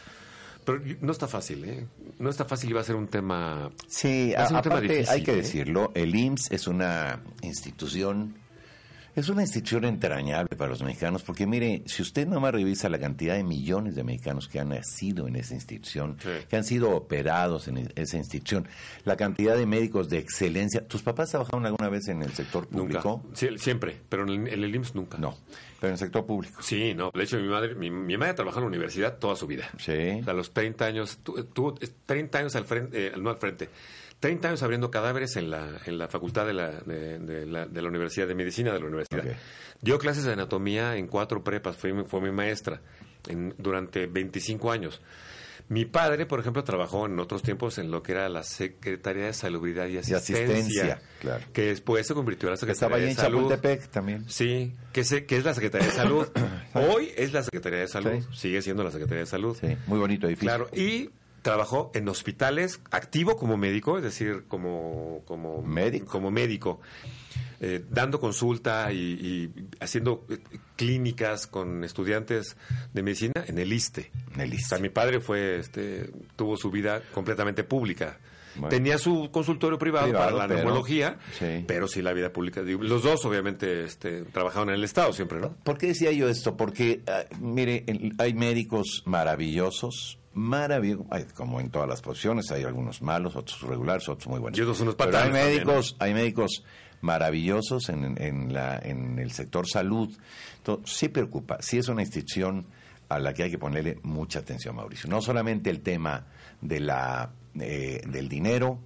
Speaker 2: Pero yo- no está fácil, ¿eh? No está fácil y va a ser un tema...
Speaker 1: Sí,
Speaker 2: Va a ser
Speaker 1: a-
Speaker 2: un tema
Speaker 1: aparte
Speaker 2: difícil,
Speaker 1: hay que
Speaker 2: ¿eh?
Speaker 1: decirlo, el IMSS es una institución, es una institución entrañable para los mexicanos, porque mire, si usted nomás revisa la cantidad de millones de mexicanos que han nacido en esa institución,
Speaker 2: Sí.
Speaker 1: que han sido operados en e-, esa institución, la cantidad de médicos de excelencia, ¿tus papás trabajaron alguna vez en el sector público?
Speaker 2: Nunca. Sí, siempre, pero en el, en el IMSS nunca.
Speaker 1: No, pero en el sector público.
Speaker 2: Sí, no. De hecho, mi madre, mi, mi madre trabajó en la universidad toda su vida.
Speaker 1: Sí.
Speaker 2: O sea, a los 30 años, tu- tuvo 30 años al frente, eh, no al frente, 30 años abriendo cadáveres en la, en la facultad de la, de, de la, de la Universidad de Medicina de la universidad.
Speaker 1: Ok.
Speaker 2: Dio clases de anatomía en cuatro prepas, fue, mi- fue mi maestra en- durante 25 años. Mi padre, por ejemplo, trabajó en otros tiempos en lo que era la Secretaría de Salubridad y Asistencia,
Speaker 1: asistencia, claro.
Speaker 2: que después se convirtió en la Secretaría
Speaker 1: Estaba ahí
Speaker 2: de
Speaker 1: en
Speaker 2: Salud.
Speaker 1: Chapultepec también.
Speaker 2: Sí, que, se- que es la Secretaría de Salud. Hoy es la Secretaría de Salud,
Speaker 1: Sí.
Speaker 2: sigue siendo la Secretaría de Salud.
Speaker 1: Sí, muy bonito edificio.
Speaker 2: Claro, y trabajó en hospitales activo como médico, es decir, como, como
Speaker 1: Médico.
Speaker 2: como médico eh, dando consulta y, y haciendo eh, clínicas con estudiantes de medicina en el ISTE.
Speaker 1: En el ISSSTE.
Speaker 2: O sea, mi padre fue, este, tuvo su vida completamente pública.
Speaker 1: Bueno.
Speaker 2: Tenía su consultorio privado,
Speaker 1: Privado,
Speaker 2: para la
Speaker 1: pero-
Speaker 2: neumología,
Speaker 1: sí.
Speaker 2: pero sí la vida pública. Digo, Los dos, obviamente, este, trabajaron en el Estado siempre, ¿no?
Speaker 1: ¿Por qué decía yo esto? Porque, ah, mire, el- hay médicos maravillosos, maravillosos, como en todas las posiciones, hay algunos malos, otros regulares, otros muy buenos.
Speaker 2: Y otros unos
Speaker 1: Pero hay
Speaker 2: patanes también,
Speaker 1: médicos, hay médicos maravillosos en, en la, en el sector salud. Entonces, sí preocupa, sí es una institución a la que hay que ponerle mucha atención, Mauricio. No solamente el tema de la, eh, del dinero,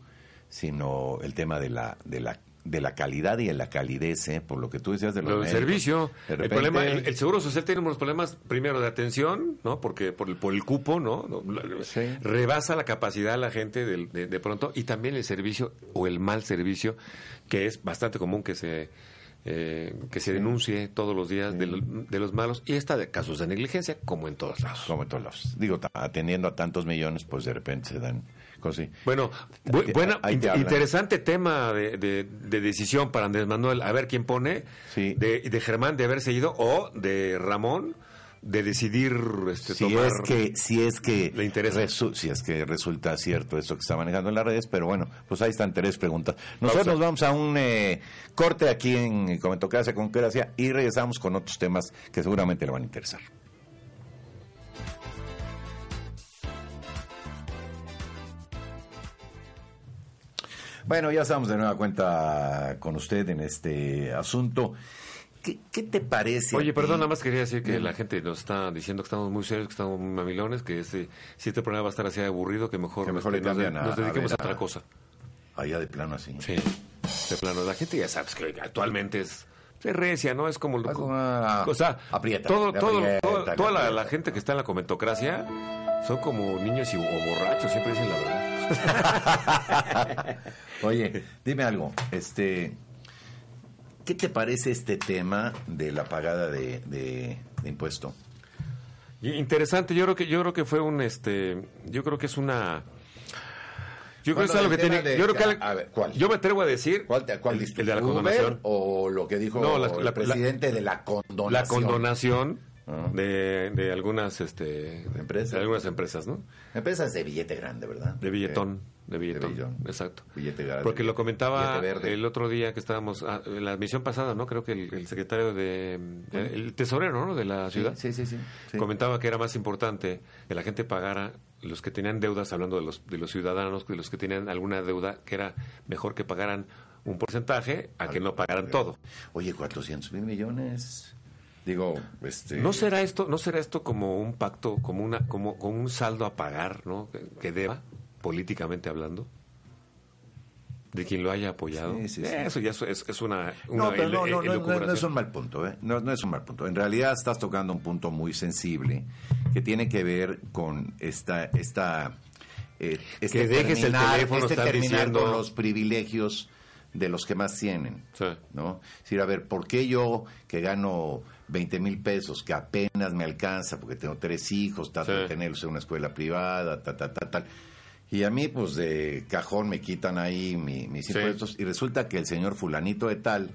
Speaker 1: sino el tema de la, de la de la calidad y de la calidez, ¿eh? por lo que tú decías de los
Speaker 2: Lo del
Speaker 1: médicos.
Speaker 2: servicio.
Speaker 1: De
Speaker 2: el,
Speaker 1: repente-
Speaker 2: problema, el, el Seguro Social tiene unos problemas, primero, de atención, ¿no? Porque por el, por el cupo, ¿no? La-
Speaker 1: Sí.
Speaker 2: Rebasa la capacidad de la gente del- de, de pronto. Y también el servicio o el mal servicio, que es bastante común que se... eh, que se denuncie todos los días de, lo- de los malos y está de casos de negligencia como en todos lados.
Speaker 1: como en todos lados. Digo, ta- atendiendo a tantos millones, pues de repente se dan cosas. así.
Speaker 2: Bueno, bu-
Speaker 1: Ahí-
Speaker 2: buena-
Speaker 1: ahí te
Speaker 2: in-
Speaker 1: hablan.
Speaker 2: interesante tema de, de- de decisión para Andrés Manuel. A ver quién pone.
Speaker 1: Sí.
Speaker 2: De, de Germán de haberse ido o de Ramón de decidir este,
Speaker 1: Si
Speaker 2: tomar.
Speaker 1: es que, si es que
Speaker 2: Le interesa.
Speaker 1: resu- si es que resulta cierto esto que está manejando en las redes, pero bueno, pues ahí están tres preguntas. Nosotros
Speaker 2: Pausa.
Speaker 1: nos vamos a un eh, corte aquí en Comentocracia con Gracia y regresamos con otros temas que seguramente le van a interesar. Bueno, ya estamos de nueva cuenta con usted en este asunto. ¿Qué, qué te parece?
Speaker 2: Oye,
Speaker 1: a ti?
Speaker 2: perdón, nada más quería decir que la gente nos está diciendo que estamos muy serios, que estamos muy mamilones, que este, si este programa va a estar así aburrido, que mejor,
Speaker 1: Que mejor
Speaker 2: este,
Speaker 1: le
Speaker 2: nos, de-
Speaker 1: cambian a-
Speaker 2: nos dediquemos
Speaker 1: a
Speaker 2: a,
Speaker 1: ver, a-
Speaker 2: otra cosa.
Speaker 1: Allá de plano así.
Speaker 2: Sí. De plano, la gente ya sabes que actualmente es. Se recia, ¿no? Es como... lo-
Speaker 1: Ah, como una-
Speaker 2: o sea,
Speaker 1: aprieta,
Speaker 2: todo,
Speaker 1: le
Speaker 2: todo,
Speaker 1: aprieta,
Speaker 2: todo-
Speaker 1: le
Speaker 2: toda la,
Speaker 1: aprieta.
Speaker 2: la gente que está en la comentocracia son como niños y, o borrachos, siempre dicen la verdad.
Speaker 1: Oye, dime algo. Este, ¿Qué te parece este tema de la pagada de, de- de impuesto?
Speaker 2: Y interesante, yo creo que yo creo que fue un este, yo creo que es una yo creo
Speaker 1: Bueno,
Speaker 2: que es
Speaker 1: el
Speaker 2: algo que
Speaker 1: tema
Speaker 2: tiene,
Speaker 1: de-
Speaker 2: yo creo que al-
Speaker 1: a ver, ¿cuál?
Speaker 2: yo me atrevo a decir el- el de la condonación.
Speaker 1: o lo que dijo
Speaker 2: No, la-
Speaker 1: el
Speaker 2: la-
Speaker 1: presidente de la condonación?
Speaker 2: la condonación
Speaker 1: Ah.
Speaker 2: de, de algunas este
Speaker 1: Empresas.
Speaker 2: de algunas empresas, ¿no?
Speaker 1: Empresas de billete grande, ¿verdad?
Speaker 2: De billetón, de billetón,
Speaker 1: billón.
Speaker 2: exacto.
Speaker 1: Billete grande.
Speaker 2: Porque lo comentaba
Speaker 1: Billete verde.
Speaker 2: el otro día que estábamos, ah, en la misión pasada, ¿no? Creo que el, el secretario de, el tesorero, ¿no? De la
Speaker 1: Sí,
Speaker 2: ciudad.
Speaker 1: sí, sí, sí, sí.
Speaker 2: Comentaba que era más importante que la gente pagara los que tenían deudas, hablando de los, de los ciudadanos, de los que tenían alguna deuda que era mejor que pagaran un porcentaje a que no pagaran todo.
Speaker 1: Oye, 400 mil millones. Digo, este.
Speaker 2: ¿No será esto, no será esto como un pacto, como una, como, como un saldo a pagar, ¿no? Que, que deba, políticamente hablando, de quien lo haya apoyado.
Speaker 1: Sí, sí, sí.
Speaker 2: Eh, Eso ya es, es- es una, una
Speaker 1: No, pero no, no, no,
Speaker 2: ele- e-
Speaker 1: no, no es
Speaker 2: elucubración.
Speaker 1: un mal punto, ¿eh? No, no es un mal punto. En realidad estás tocando un punto muy sensible que tiene que ver con esta, esta, eh, este
Speaker 2: Que dejes el teléfono,
Speaker 1: este
Speaker 2: están
Speaker 1: terminar
Speaker 2: diciendo.
Speaker 1: con los privilegios de los que más tienen,
Speaker 2: Sí.
Speaker 1: ¿no? Es decir, a ver, ¿por qué yo que gano 20 mil pesos, que apenas me alcanza porque tengo tres hijos, trato
Speaker 2: Sí.
Speaker 1: de tenerlos en una escuela privada, ta, ta, ta, tal? Y a mí, pues, de cajón me quitan ahí mi- mis
Speaker 2: Sí.
Speaker 1: impuestos y resulta que el señor fulanito de tal,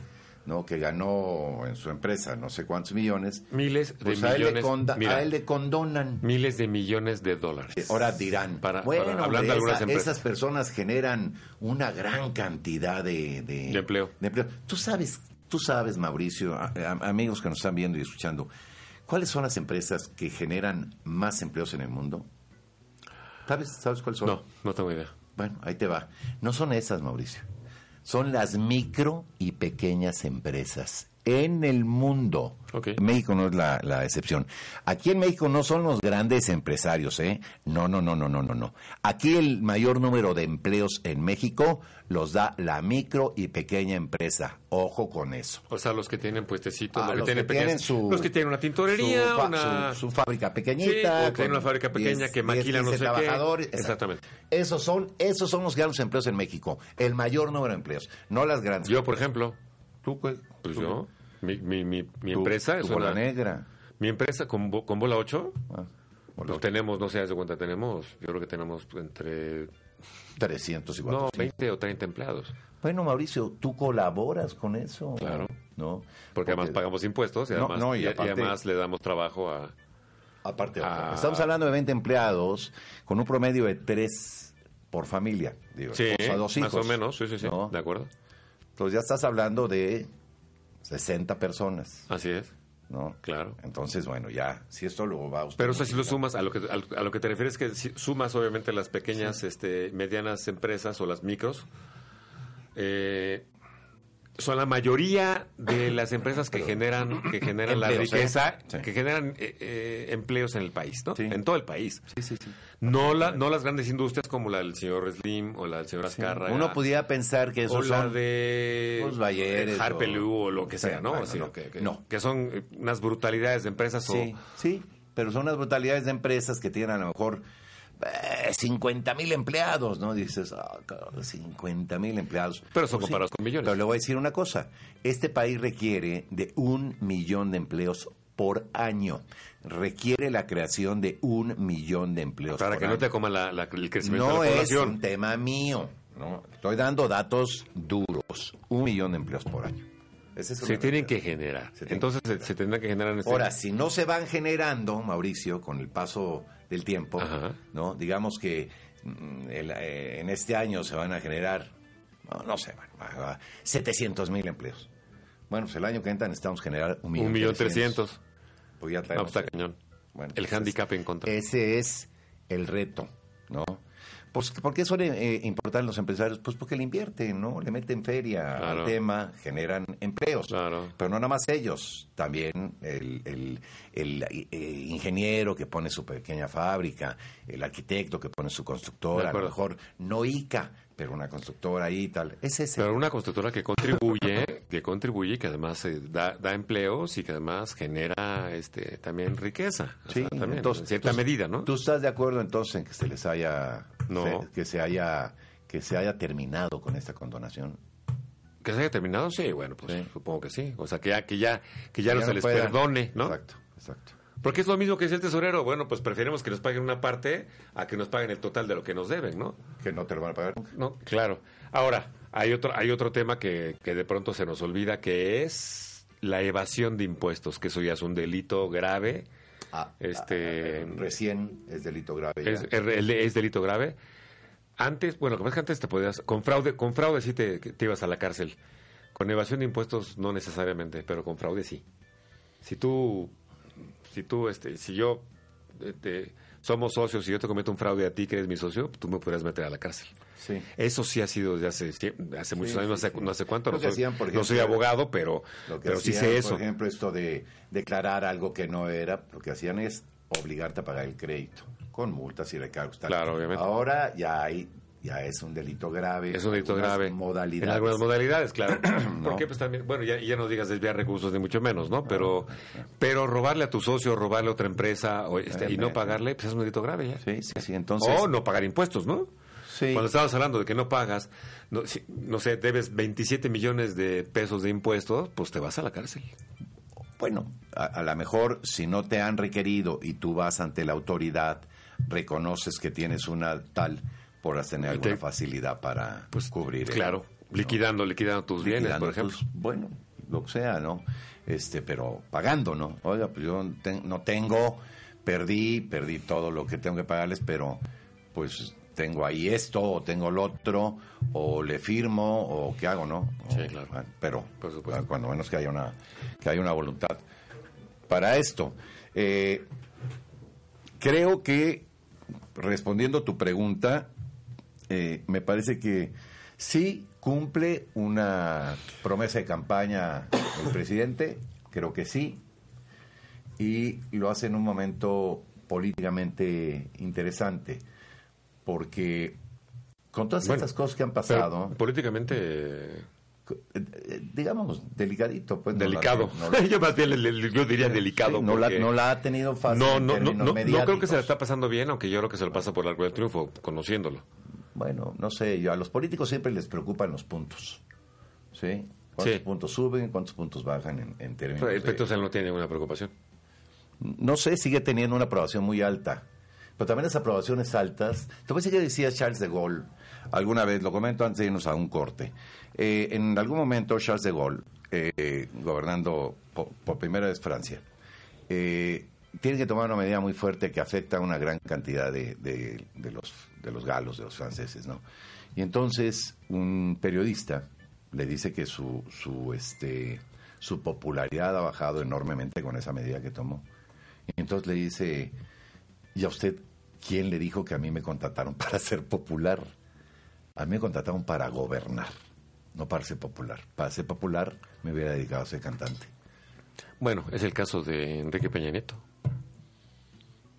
Speaker 1: ¿no? Que ganó en su empresa no sé cuántos millones,
Speaker 2: Miles de
Speaker 1: pues a él, le
Speaker 2: millones.
Speaker 1: conda-
Speaker 2: mira,
Speaker 1: a él le condonan.
Speaker 2: Miles de millones de dólares.
Speaker 1: Ahora dirán,
Speaker 2: Para-
Speaker 1: bueno,
Speaker 2: para- hablando
Speaker 1: hombre,
Speaker 2: de algunas
Speaker 1: esa-
Speaker 2: empresas.
Speaker 1: esas personas generan una gran cantidad de,
Speaker 2: De empleo.
Speaker 1: de empleo. Tú sabes, tú sabes, Mauricio, a- a- amigos que nos están viendo y escuchando, ¿cuáles son las empresas que generan más empleos en el mundo? ¿Sabes, sabes cuáles son?
Speaker 2: No, no tengo idea.
Speaker 1: Bueno, ahí te va. No son esas, Mauricio. Son las micro y pequeñas empresas en el mundo.
Speaker 2: Ok.
Speaker 1: México no es la, la excepción. Aquí en México no son los grandes empresarios, ¿eh? No, no, no, no, no, no, no. Aquí el mayor número de empleos en México los da la micro y pequeña empresa. Ojo con eso.
Speaker 2: O sea, los que tienen puestecitos,
Speaker 1: Ah,
Speaker 2: los, que
Speaker 1: los
Speaker 2: tienen,
Speaker 1: que tienen
Speaker 2: pequeñas-
Speaker 1: su-
Speaker 2: los que tienen una tintorería,
Speaker 1: su, fa-
Speaker 2: una...
Speaker 1: su- su fábrica
Speaker 2: Sí,
Speaker 1: pequeñita.
Speaker 2: o tienen una
Speaker 1: con
Speaker 2: fábrica pequeña
Speaker 1: 10,
Speaker 2: que maquila
Speaker 1: 10,
Speaker 2: no
Speaker 1: 15
Speaker 2: sé qué.
Speaker 1: trabajadores. Exacto.
Speaker 2: Exactamente.
Speaker 1: Esos son, esos son los grandes empleos en México. El mayor número de empleos, no las grandes.
Speaker 2: Yo, por ejemplo,
Speaker 1: tú, pues,
Speaker 2: pues
Speaker 1: tú-
Speaker 2: yo, mi, mi, mi, mi
Speaker 1: tú-
Speaker 2: empresa
Speaker 1: tú
Speaker 2: es
Speaker 1: bola
Speaker 2: una-
Speaker 1: negra.
Speaker 2: Mi empresa con, bo- con bola 8,
Speaker 1: Ah,
Speaker 2: pues
Speaker 1: bola
Speaker 2: tenemos, no sé, haz de cuenta, tenemos, yo creo que tenemos entre
Speaker 1: 300 y
Speaker 2: no,
Speaker 1: 400.
Speaker 2: 20 o 30 empleados.
Speaker 1: Bueno, Mauricio, tú colaboras con eso.
Speaker 2: Claro.
Speaker 1: ¿No?
Speaker 2: Porque además pagamos impuestos y
Speaker 1: No,
Speaker 2: además,
Speaker 1: no, y
Speaker 2: y- y
Speaker 1: aparte-
Speaker 2: además le damos trabajo a...
Speaker 1: Aparte, ojo,
Speaker 2: Ah.
Speaker 1: estamos hablando de 20 empleados con un promedio de 3 por familia. Digo,
Speaker 2: Sí,
Speaker 1: esposa, dos hijos,
Speaker 2: más o menos, sí, sí, sí,
Speaker 1: ¿no?
Speaker 2: de acuerdo.
Speaker 1: Entonces ya estás hablando de 60 personas,
Speaker 2: Así es,
Speaker 1: ¿no?
Speaker 2: claro.
Speaker 1: Entonces, bueno, ya, si esto lo va a usted.
Speaker 2: Pero o sea, si lo sumas a lo que al- a lo que te refieres que si sumas obviamente las pequeñas, este, medianas empresas o las micros, eh, son la mayoría de las empresas que generan que generan la
Speaker 1: Empleos, ¿eh?
Speaker 2: riqueza,
Speaker 1: Sí.
Speaker 2: que generan eh, eh, empleos en el país, ¿no?
Speaker 1: Sí.
Speaker 2: En todo el país.
Speaker 1: Sí, sí, sí.
Speaker 2: No la, no las grandes industrias como la del señor Slim o la del señor Azcárraga.
Speaker 1: Uno pudiera pensar que
Speaker 2: o
Speaker 1: esos
Speaker 2: la
Speaker 1: son
Speaker 2: de
Speaker 1: los Bayeres
Speaker 2: Harper
Speaker 1: o-
Speaker 2: Lew o lo que sea, ¿no?
Speaker 1: Bueno,
Speaker 2: Así,
Speaker 1: no,
Speaker 2: que, que-
Speaker 1: no.
Speaker 2: que son eh, unas brutalidades de empresas o-
Speaker 1: Sí, sí, pero son las brutalidades de empresas que tienen a lo mejor 50 mil empleados, ¿no? Dices, 50 mil empleados.
Speaker 2: Pero son
Speaker 1: Pues sí,
Speaker 2: comparados con millones.
Speaker 1: Pero le voy a decir una cosa, este país requiere de un millón de empleos por año, requiere la creación de un millón de empleos
Speaker 2: Para
Speaker 1: Pues, por
Speaker 2: que no
Speaker 1: año.
Speaker 2: te coma la- la- el crecimiento
Speaker 1: no
Speaker 2: de la
Speaker 1: es un
Speaker 2: población.
Speaker 1: tema mío, ¿no? Estoy dando datos duros, un millón de empleos por año. Esa es
Speaker 2: Se
Speaker 1: una
Speaker 2: tienen
Speaker 1: realidad.
Speaker 2: que generar.
Speaker 1: Se tienen
Speaker 2: Entonces se, se tendrán que generar en este
Speaker 1: Ahora, si no se van generando, Mauricio, con el paso del tiempo,
Speaker 2: Ajá.
Speaker 1: ¿no? Digamos que mm, el, eh, en este año se van a generar, no, no sé, bueno, va- va- 700 mil empleos. Bueno, pues el año que entra necesitamos generar un millón.
Speaker 2: un millón
Speaker 1: trescientos.
Speaker 2: trescientos.
Speaker 1: Pues ya
Speaker 2: No,
Speaker 1: traemos-
Speaker 2: pues, está cañón.
Speaker 1: Bueno,
Speaker 2: El
Speaker 1: ese
Speaker 2: handicap
Speaker 1: es-
Speaker 2: en contra.
Speaker 1: Ese es el reto, ¿no? Pues, ¿Por qué suelen eh, importar los empresarios? Pues porque le invierten, ¿no? Le meten feria
Speaker 2: Claro.
Speaker 1: al tema, generan empleos.
Speaker 2: Claro.
Speaker 1: Pero no nada más ellos, también el, el- el, eh, ingeniero que pone su pequeña fábrica, el arquitecto que pone su
Speaker 2: De
Speaker 1: constructora, a lo
Speaker 2: acuerdo.
Speaker 1: mejor no ICA, pero una constructora ahí y tal. Es ese.
Speaker 2: Pero una constructora que contribuye, que contribuye y que además eh, da, da empleos y que además genera este también riqueza. O sea, también, en cierta
Speaker 1: entonces,
Speaker 2: medida, ¿no?
Speaker 1: ¿Tú estás de acuerdo entonces en que se les haya
Speaker 2: No.
Speaker 1: se- que se haya que se haya terminado con esta condonación?
Speaker 2: Que se haya terminado, sí, bueno, pues
Speaker 1: Sí.
Speaker 2: supongo que sí. O sea, que ya, que ya, que ya no se les
Speaker 1: puedan-
Speaker 2: perdone, ¿no?
Speaker 1: Exacto, exacto.
Speaker 2: Porque es lo mismo que decía el tesorero. Bueno, pues preferimos que nos paguen una parte a que nos paguen el total de lo que nos deben, ¿no?
Speaker 1: Que no te lo van a pagar nunca.
Speaker 2: No, claro. Ahora, hay otro, hay otro tema que, que de pronto se nos olvida, que es la evasión de impuestos, que eso ya es un delito grave.
Speaker 1: Ah,
Speaker 2: Este-
Speaker 1: ah, ah, recién es delito grave. ya.
Speaker 2: Es, es- es delito grave. Antes, bueno, lo que pasa es que antes te podías, con fraude, con fraude sí te, te ibas a la cárcel. Con evasión de impuestos no necesariamente, pero con fraude sí. Si tú, si tú, este, si yo eh, te somos socios y yo te cometo un fraude a ti que eres mi socio, tú me podrías meter a la cárcel.
Speaker 1: Sí.
Speaker 2: Eso sí ha sido desde hace, tie- hace muchos
Speaker 1: Sí,
Speaker 2: años, no
Speaker 1: sí,
Speaker 2: sé,
Speaker 1: sí.
Speaker 2: no sé cuánto,
Speaker 1: Lo
Speaker 2: no
Speaker 1: que
Speaker 2: soy,
Speaker 1: hacían, por
Speaker 2: no soy
Speaker 1: ejemplo,
Speaker 2: abogado, pero,
Speaker 1: Lo que
Speaker 2: pero sí
Speaker 1: hacían,
Speaker 2: sé eso.
Speaker 1: Por ejemplo, esto de declarar algo que no era, lo que hacían es obligarte a pagar el crédito con multas y recargos. tal.
Speaker 2: Claro, obviamente.
Speaker 1: Ahora ya hay, ya es un delito grave.
Speaker 2: Es un delito
Speaker 1: algunas
Speaker 2: grave.
Speaker 1: Modalidades.
Speaker 2: En algunas modalidades, claro.
Speaker 1: No. Ah,
Speaker 2: Porque pues también, bueno, ya, ya no digas desviar recursos ni mucho menos, ¿no? Pero, pero robarle a tu socio, robarle a otra empresa o este, y no pagarle, pues es un delito grave ya.
Speaker 1: Sí, sí, sí. Entonces,
Speaker 2: o Oh, no pagar impuestos, ¿no?
Speaker 1: sí,
Speaker 2: Cuando estabas hablando de que no pagas, no, si- no sé, debes 27 millones de pesos de impuestos, pues te vas a la cárcel.
Speaker 1: bueno, a, a lo mejor si no te han requerido y tú vas ante la autoridad, reconoces que tienes una tal, podrás tener
Speaker 2: Y te- pues,
Speaker 1: alguna facilidad para cubrir. el-
Speaker 2: Claro, liquidando, liquidando tus bienes,
Speaker 1: liquidando,
Speaker 2: por ejemplo.
Speaker 1: pues, bueno, lo que sea, ¿no? Este, pero pagando, ¿no? Oiga, pues yo no ten- no tengo, perdí, perdí todo lo que tengo que pagarles, pero pues tengo ahí esto, o tengo lo otro, o le firmo, o qué hago, ¿no? O-
Speaker 2: Sí, claro.
Speaker 1: Pero, ah,
Speaker 2: Por supuesto.
Speaker 1: cuando menos que haya una, que haya una voluntad para esto. Eh, creo que, respondiendo tu pregunta, eh, me parece que sí cumple una promesa de campaña el presidente, creo que sí, y lo hace en un momento políticamente interesante, porque con todas
Speaker 2: Bueno,
Speaker 1: estas cosas que han
Speaker 2: Pero
Speaker 1: pasado,
Speaker 2: políticamente eh,
Speaker 1: eh, eh, digamos, delicadito, pues. no la-
Speaker 2: delicado.
Speaker 1: no la-
Speaker 2: yo más bien le- le- yo diría delicado.
Speaker 1: Sí, no, la,
Speaker 2: porque-
Speaker 1: no la ha tenido fácil.
Speaker 2: no,
Speaker 1: en
Speaker 2: no,
Speaker 1: términos
Speaker 2: no, no, no creo que se
Speaker 1: mediáticos.
Speaker 2: la está pasando bien, aunque yo creo que se lo pasa por el arco del triunfo, conociéndolo.
Speaker 1: Bueno, no sé, yo, a los políticos siempre les preocupan los puntos. ¿Sí? ¿Cuántos
Speaker 2: Sí.
Speaker 1: puntos suben, cuántos puntos bajan en, en términos
Speaker 2: Pero el
Speaker 1: de-
Speaker 2: Pecto Sal no tiene ninguna preocupación.
Speaker 1: No sé, sigue teniendo una aprobación muy alta. Pero también las aprobaciones altas. Te voy a decir que decía Charles de Gaulle, alguna vez, lo comento antes de irnos a un corte. Eh, en algún momento, Charles de Gaulle, eh, gobernando po- por, primera vez Francia, eh, tiene que tomar una medida muy fuerte que afecta a una gran cantidad de, de- de los, de los galos, de los franceses, ¿no? Y entonces, un periodista le dice que su, su, este, su popularidad ha bajado enormemente con esa medida que tomó. Y entonces le dice, ¿y a usted quién le dijo que a mí me contrataron para ser popular? A mí me contrataron para gobernar, no para ser popular. Para ser popular me hubiera dedicado a ser cantante.
Speaker 2: Bueno, es el caso de Enrique Peña Nieto.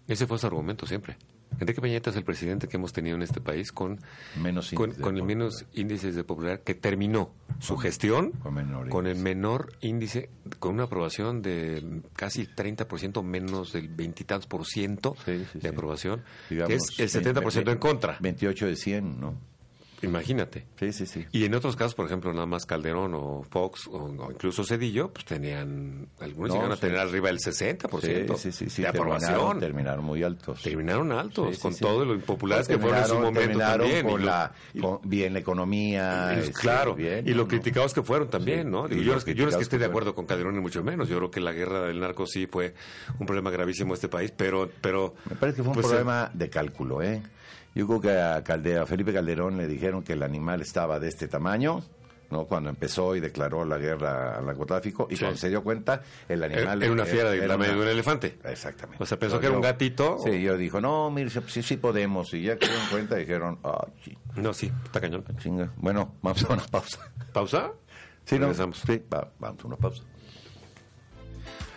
Speaker 2: Ese fue su argumento siempre. Enrique Peña Nieto es el presidente que hemos tenido en este país con,
Speaker 1: Menos
Speaker 2: con,
Speaker 1: índice de
Speaker 2: con el menos índices de popularidad que terminó su gestión
Speaker 1: con menor
Speaker 2: con el
Speaker 1: índice.
Speaker 2: menor índice, con una aprobación de casi 30% menos del veintitantos por ciento
Speaker 1: Sí, sí,
Speaker 2: de
Speaker 1: sí.
Speaker 2: aprobación, que
Speaker 1: Digamos,
Speaker 2: es el 70% en contra.
Speaker 1: 28 de 100, ¿no?
Speaker 2: Imagínate.
Speaker 1: Sí, sí, sí.
Speaker 2: Y en otros casos, por ejemplo, nada más Calderón o Fox o, o incluso Cedillo, pues tenían, algunos
Speaker 1: No,
Speaker 2: llegaron a
Speaker 1: sí.
Speaker 2: tener arriba del 60%
Speaker 1: sí, sí, sí, terminaron,
Speaker 2: de aprobación. Terminaron,
Speaker 1: terminaron muy altos.
Speaker 2: altos,
Speaker 1: Sí, sí,
Speaker 2: con
Speaker 1: sí. Pues,
Speaker 2: todo lo impopulares que fueron en
Speaker 1: Terminaron-
Speaker 2: su momento
Speaker 1: terminaron
Speaker 2: también.
Speaker 1: con
Speaker 2: y lo-
Speaker 1: la,
Speaker 2: y-
Speaker 1: con- bien la economía.
Speaker 2: y-
Speaker 1: este,
Speaker 2: Pues claro,
Speaker 1: bien,
Speaker 2: y
Speaker 1: ¿no?
Speaker 2: lo
Speaker 1: No.
Speaker 2: criticados que fueron también,
Speaker 1: Sí,
Speaker 2: ¿no?
Speaker 1: y
Speaker 2: Digo,
Speaker 1: lo
Speaker 2: yo, no es que, yo no
Speaker 1: criticados
Speaker 2: es que
Speaker 1: que
Speaker 2: esté de
Speaker 1: fueron.
Speaker 2: acuerdo con Calderón, ni mucho menos. Yo creo que la guerra del narco sí fue un problema gravísimo en este país, pero. pero
Speaker 1: Me parece que fue un
Speaker 2: pues,
Speaker 1: problema de cálculo, ¿eh? Yo creo que a, Calde- a Felipe Calderón le dijeron que el animal estaba de este tamaño, ¿no? Cuando empezó y declaró la guerra al narcotráfico, y
Speaker 2: Sí.
Speaker 1: cuando se dio cuenta, el
Speaker 2: eh, Era,
Speaker 1: animal...
Speaker 2: una fiera del
Speaker 1: era
Speaker 2: tamaño de
Speaker 1: una-
Speaker 2: un elefante.
Speaker 1: Exactamente.
Speaker 2: O sea, pensó que era un gatito.
Speaker 1: Sí, yo dijo, no, mire, sí, sí podemos. Y ya que se dieron cuenta, dijeron, ah, chi-
Speaker 2: No, sí, está cañón.
Speaker 1: chinga. Bueno, vamos a una pausa.
Speaker 2: ¿Pausa?
Speaker 1: Sí, ¿no?
Speaker 2: Regresamos.
Speaker 1: Sí, va- vamos a una pausa.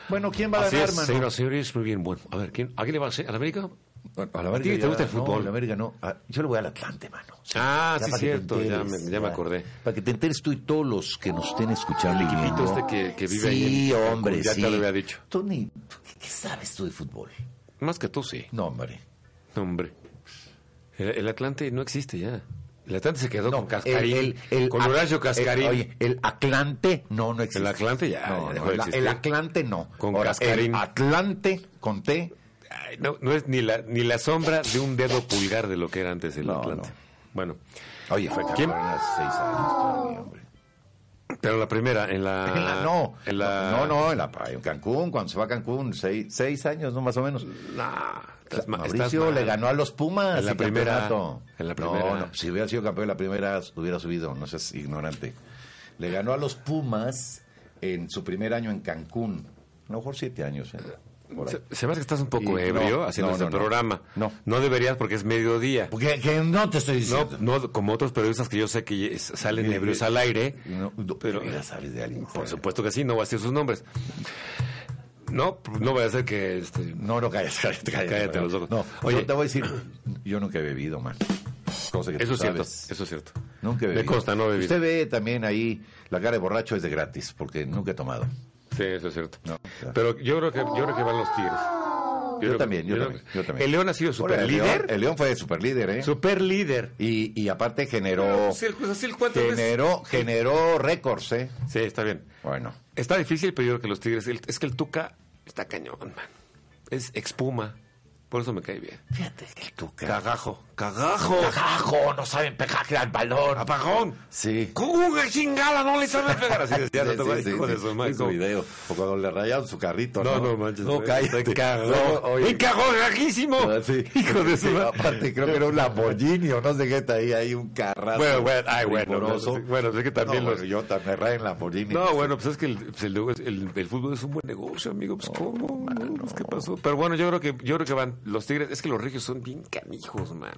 Speaker 1: Bueno, ¿quién va a
Speaker 2: Así
Speaker 1: ganar,
Speaker 2: es,
Speaker 1: mano?
Speaker 2: señoras y señores, muy bien. Bueno, a ver, ¿quién, ¿a quién le va a hacer? ¿A la América?
Speaker 1: Bueno, a la
Speaker 2: ¿A ti
Speaker 1: América
Speaker 2: te gusta
Speaker 1: ya-
Speaker 2: el fútbol?
Speaker 1: No, a la América no. Ah, yo le voy al Atlante, mano.
Speaker 2: Ah,
Speaker 1: Ya para que
Speaker 2: sí,
Speaker 1: te
Speaker 2: cierto, ya
Speaker 1: enteres,
Speaker 2: me- ya me acordé.
Speaker 1: Para que te enteres tú y todos los que nos estén escuchando. y
Speaker 2: equipito
Speaker 1: viendo.
Speaker 2: este que- que vive
Speaker 1: sí,
Speaker 2: ahí en-
Speaker 1: hombre,
Speaker 2: ya te
Speaker 1: sí.
Speaker 2: lo había dicho.
Speaker 1: Tú ni- ¿qué, qué sabes tú de fútbol?
Speaker 2: Más que tú, sí.
Speaker 1: No, hombre.
Speaker 2: No, hombre. El, el Atlante no existe ya. El Atlante se quedó con
Speaker 1: el,
Speaker 2: Cascarín.
Speaker 1: el- el-
Speaker 2: con Horacio
Speaker 1: el-
Speaker 2: Cascarín.
Speaker 1: oye, el Atlante no, no existe.
Speaker 2: El Atlante ya-
Speaker 1: No,
Speaker 2: ya
Speaker 1: no,
Speaker 2: dejó de
Speaker 1: el,
Speaker 2: existir.
Speaker 1: el Atlante no.
Speaker 2: Con
Speaker 1: Ahora,
Speaker 2: Cascarín.
Speaker 1: El Atlante con T.
Speaker 2: Ay, no, no es ni la, ni la sombra de un dedo pulgar de lo que era antes el
Speaker 1: No,
Speaker 2: Atlante.
Speaker 1: no.
Speaker 2: Bueno,
Speaker 1: Oye, fue
Speaker 2: ¿Quién?
Speaker 1: campeón hace seis años todavía, hombre.
Speaker 2: pero la primera, en la...
Speaker 1: En la- no,
Speaker 2: Ah, En la...
Speaker 1: no, no, en, la, en Cancún, cuando se va a Cancún, seis, seis años, no más o menos.
Speaker 2: Nah, estás ma- estás
Speaker 1: Mauricio
Speaker 2: mal.
Speaker 1: le ganó a los Pumas
Speaker 2: En la
Speaker 1: el
Speaker 2: primera,
Speaker 1: campeonato.
Speaker 2: en la
Speaker 1: No,
Speaker 2: primera.
Speaker 1: no, si hubiera sido campeón en la primera, hubiera subido, no seas ignorante. Le ganó a los Pumas en su primer año en Cancún, a lo mejor siete años. ¿eh? por ahí.
Speaker 2: Se, se me hace que estás un poco
Speaker 1: Y
Speaker 2: ebrio
Speaker 1: no,
Speaker 2: haciendo
Speaker 1: no,
Speaker 2: este
Speaker 1: no, no.
Speaker 2: programa.
Speaker 1: No.
Speaker 2: No deberías porque es mediodía.
Speaker 1: Porque que no te estoy
Speaker 2: No,
Speaker 1: diciendo.
Speaker 2: no como otros periodistas que yo sé que es- salen
Speaker 1: Eh,
Speaker 2: ebrios al aire.
Speaker 1: No, no,
Speaker 2: pero-
Speaker 1: mira, sabes de eh. alguien.
Speaker 2: Por supuesto que sí, no voy a decir sus nombres. No, pues, no voy a hacer que... este,
Speaker 1: No, no, cállate, cállate, cállate.
Speaker 2: Cállate los ojos.
Speaker 1: No,
Speaker 2: Oye.
Speaker 1: yo te voy a decir, yo nunca he bebido, man. Cosa que tú
Speaker 2: eso es cierto,
Speaker 1: sabes.
Speaker 2: eso es cierto.
Speaker 1: Nunca he
Speaker 2: Me
Speaker 1: bebido.
Speaker 2: consta, no he bebido.
Speaker 1: Usted ve también ahí la cara de borracho es de gratis, porque nunca he tomado.
Speaker 2: Sí, eso es cierto.
Speaker 1: No, claro.
Speaker 2: Pero yo creo que yo creo que van los Tigres. Yo, creo que-
Speaker 1: también, yo también, yo también.
Speaker 2: El León ha sido
Speaker 1: Ahora,
Speaker 2: super
Speaker 1: el León-
Speaker 2: líder.
Speaker 1: El León fue super líder, ¿eh?
Speaker 2: Super líder.
Speaker 1: Y, y aparte generó,
Speaker 2: Sí, el Cruz Azul, ¿cuántas veces?
Speaker 1: generó, generó récords, ¿eh?
Speaker 2: Sí, está bien.
Speaker 1: Bueno,
Speaker 2: Está difícil, pero yo creo que los Tigres. el- es que el Tuca está cañón, man. Es expuma. Por eso me cae bien.
Speaker 1: fíjate que tú,
Speaker 2: Cagajo. Cagajo.
Speaker 1: cagajo, no saben pegarle al balón.
Speaker 2: Ah, Apagón.
Speaker 1: Sí.
Speaker 2: ¡Cuga chingada! No le sabe pegar. Así decía
Speaker 1: Sí,
Speaker 2: el otro
Speaker 1: sí,
Speaker 2: güey,
Speaker 1: sí,
Speaker 2: hijo
Speaker 1: sí.
Speaker 2: de su madre,
Speaker 1: Hizo
Speaker 2: como-
Speaker 1: video. O cuando le rayaron su carrito.
Speaker 2: No, no, manches.
Speaker 1: No,
Speaker 2: güey,
Speaker 1: cállate.
Speaker 2: Se cagó.
Speaker 1: Luego, oye,
Speaker 2: ¡Me cagó gajísimo!
Speaker 1: Ah, sí.
Speaker 2: Hijo de su
Speaker 1: Sí,
Speaker 2: madre.
Speaker 1: Aparte, creo que era un Lamborghini o no sé qué, está ahí, ahí un carrazo.
Speaker 2: Bueno, bueno, ay, bueno,
Speaker 1: primoroso.
Speaker 2: bueno, sí, bueno, es que también
Speaker 1: No,
Speaker 2: los-
Speaker 1: bueno, yo también me rayo en Lamborghini.
Speaker 2: No, bueno, pues es que el, pues el, el- el fútbol es un buen negocio, amigo. Pues, ¿cómo? No, pues, ¿Qué pasó? Pero bueno, yo creo que yo creo que van los Tigres. Es que los regios son bien canijos, man.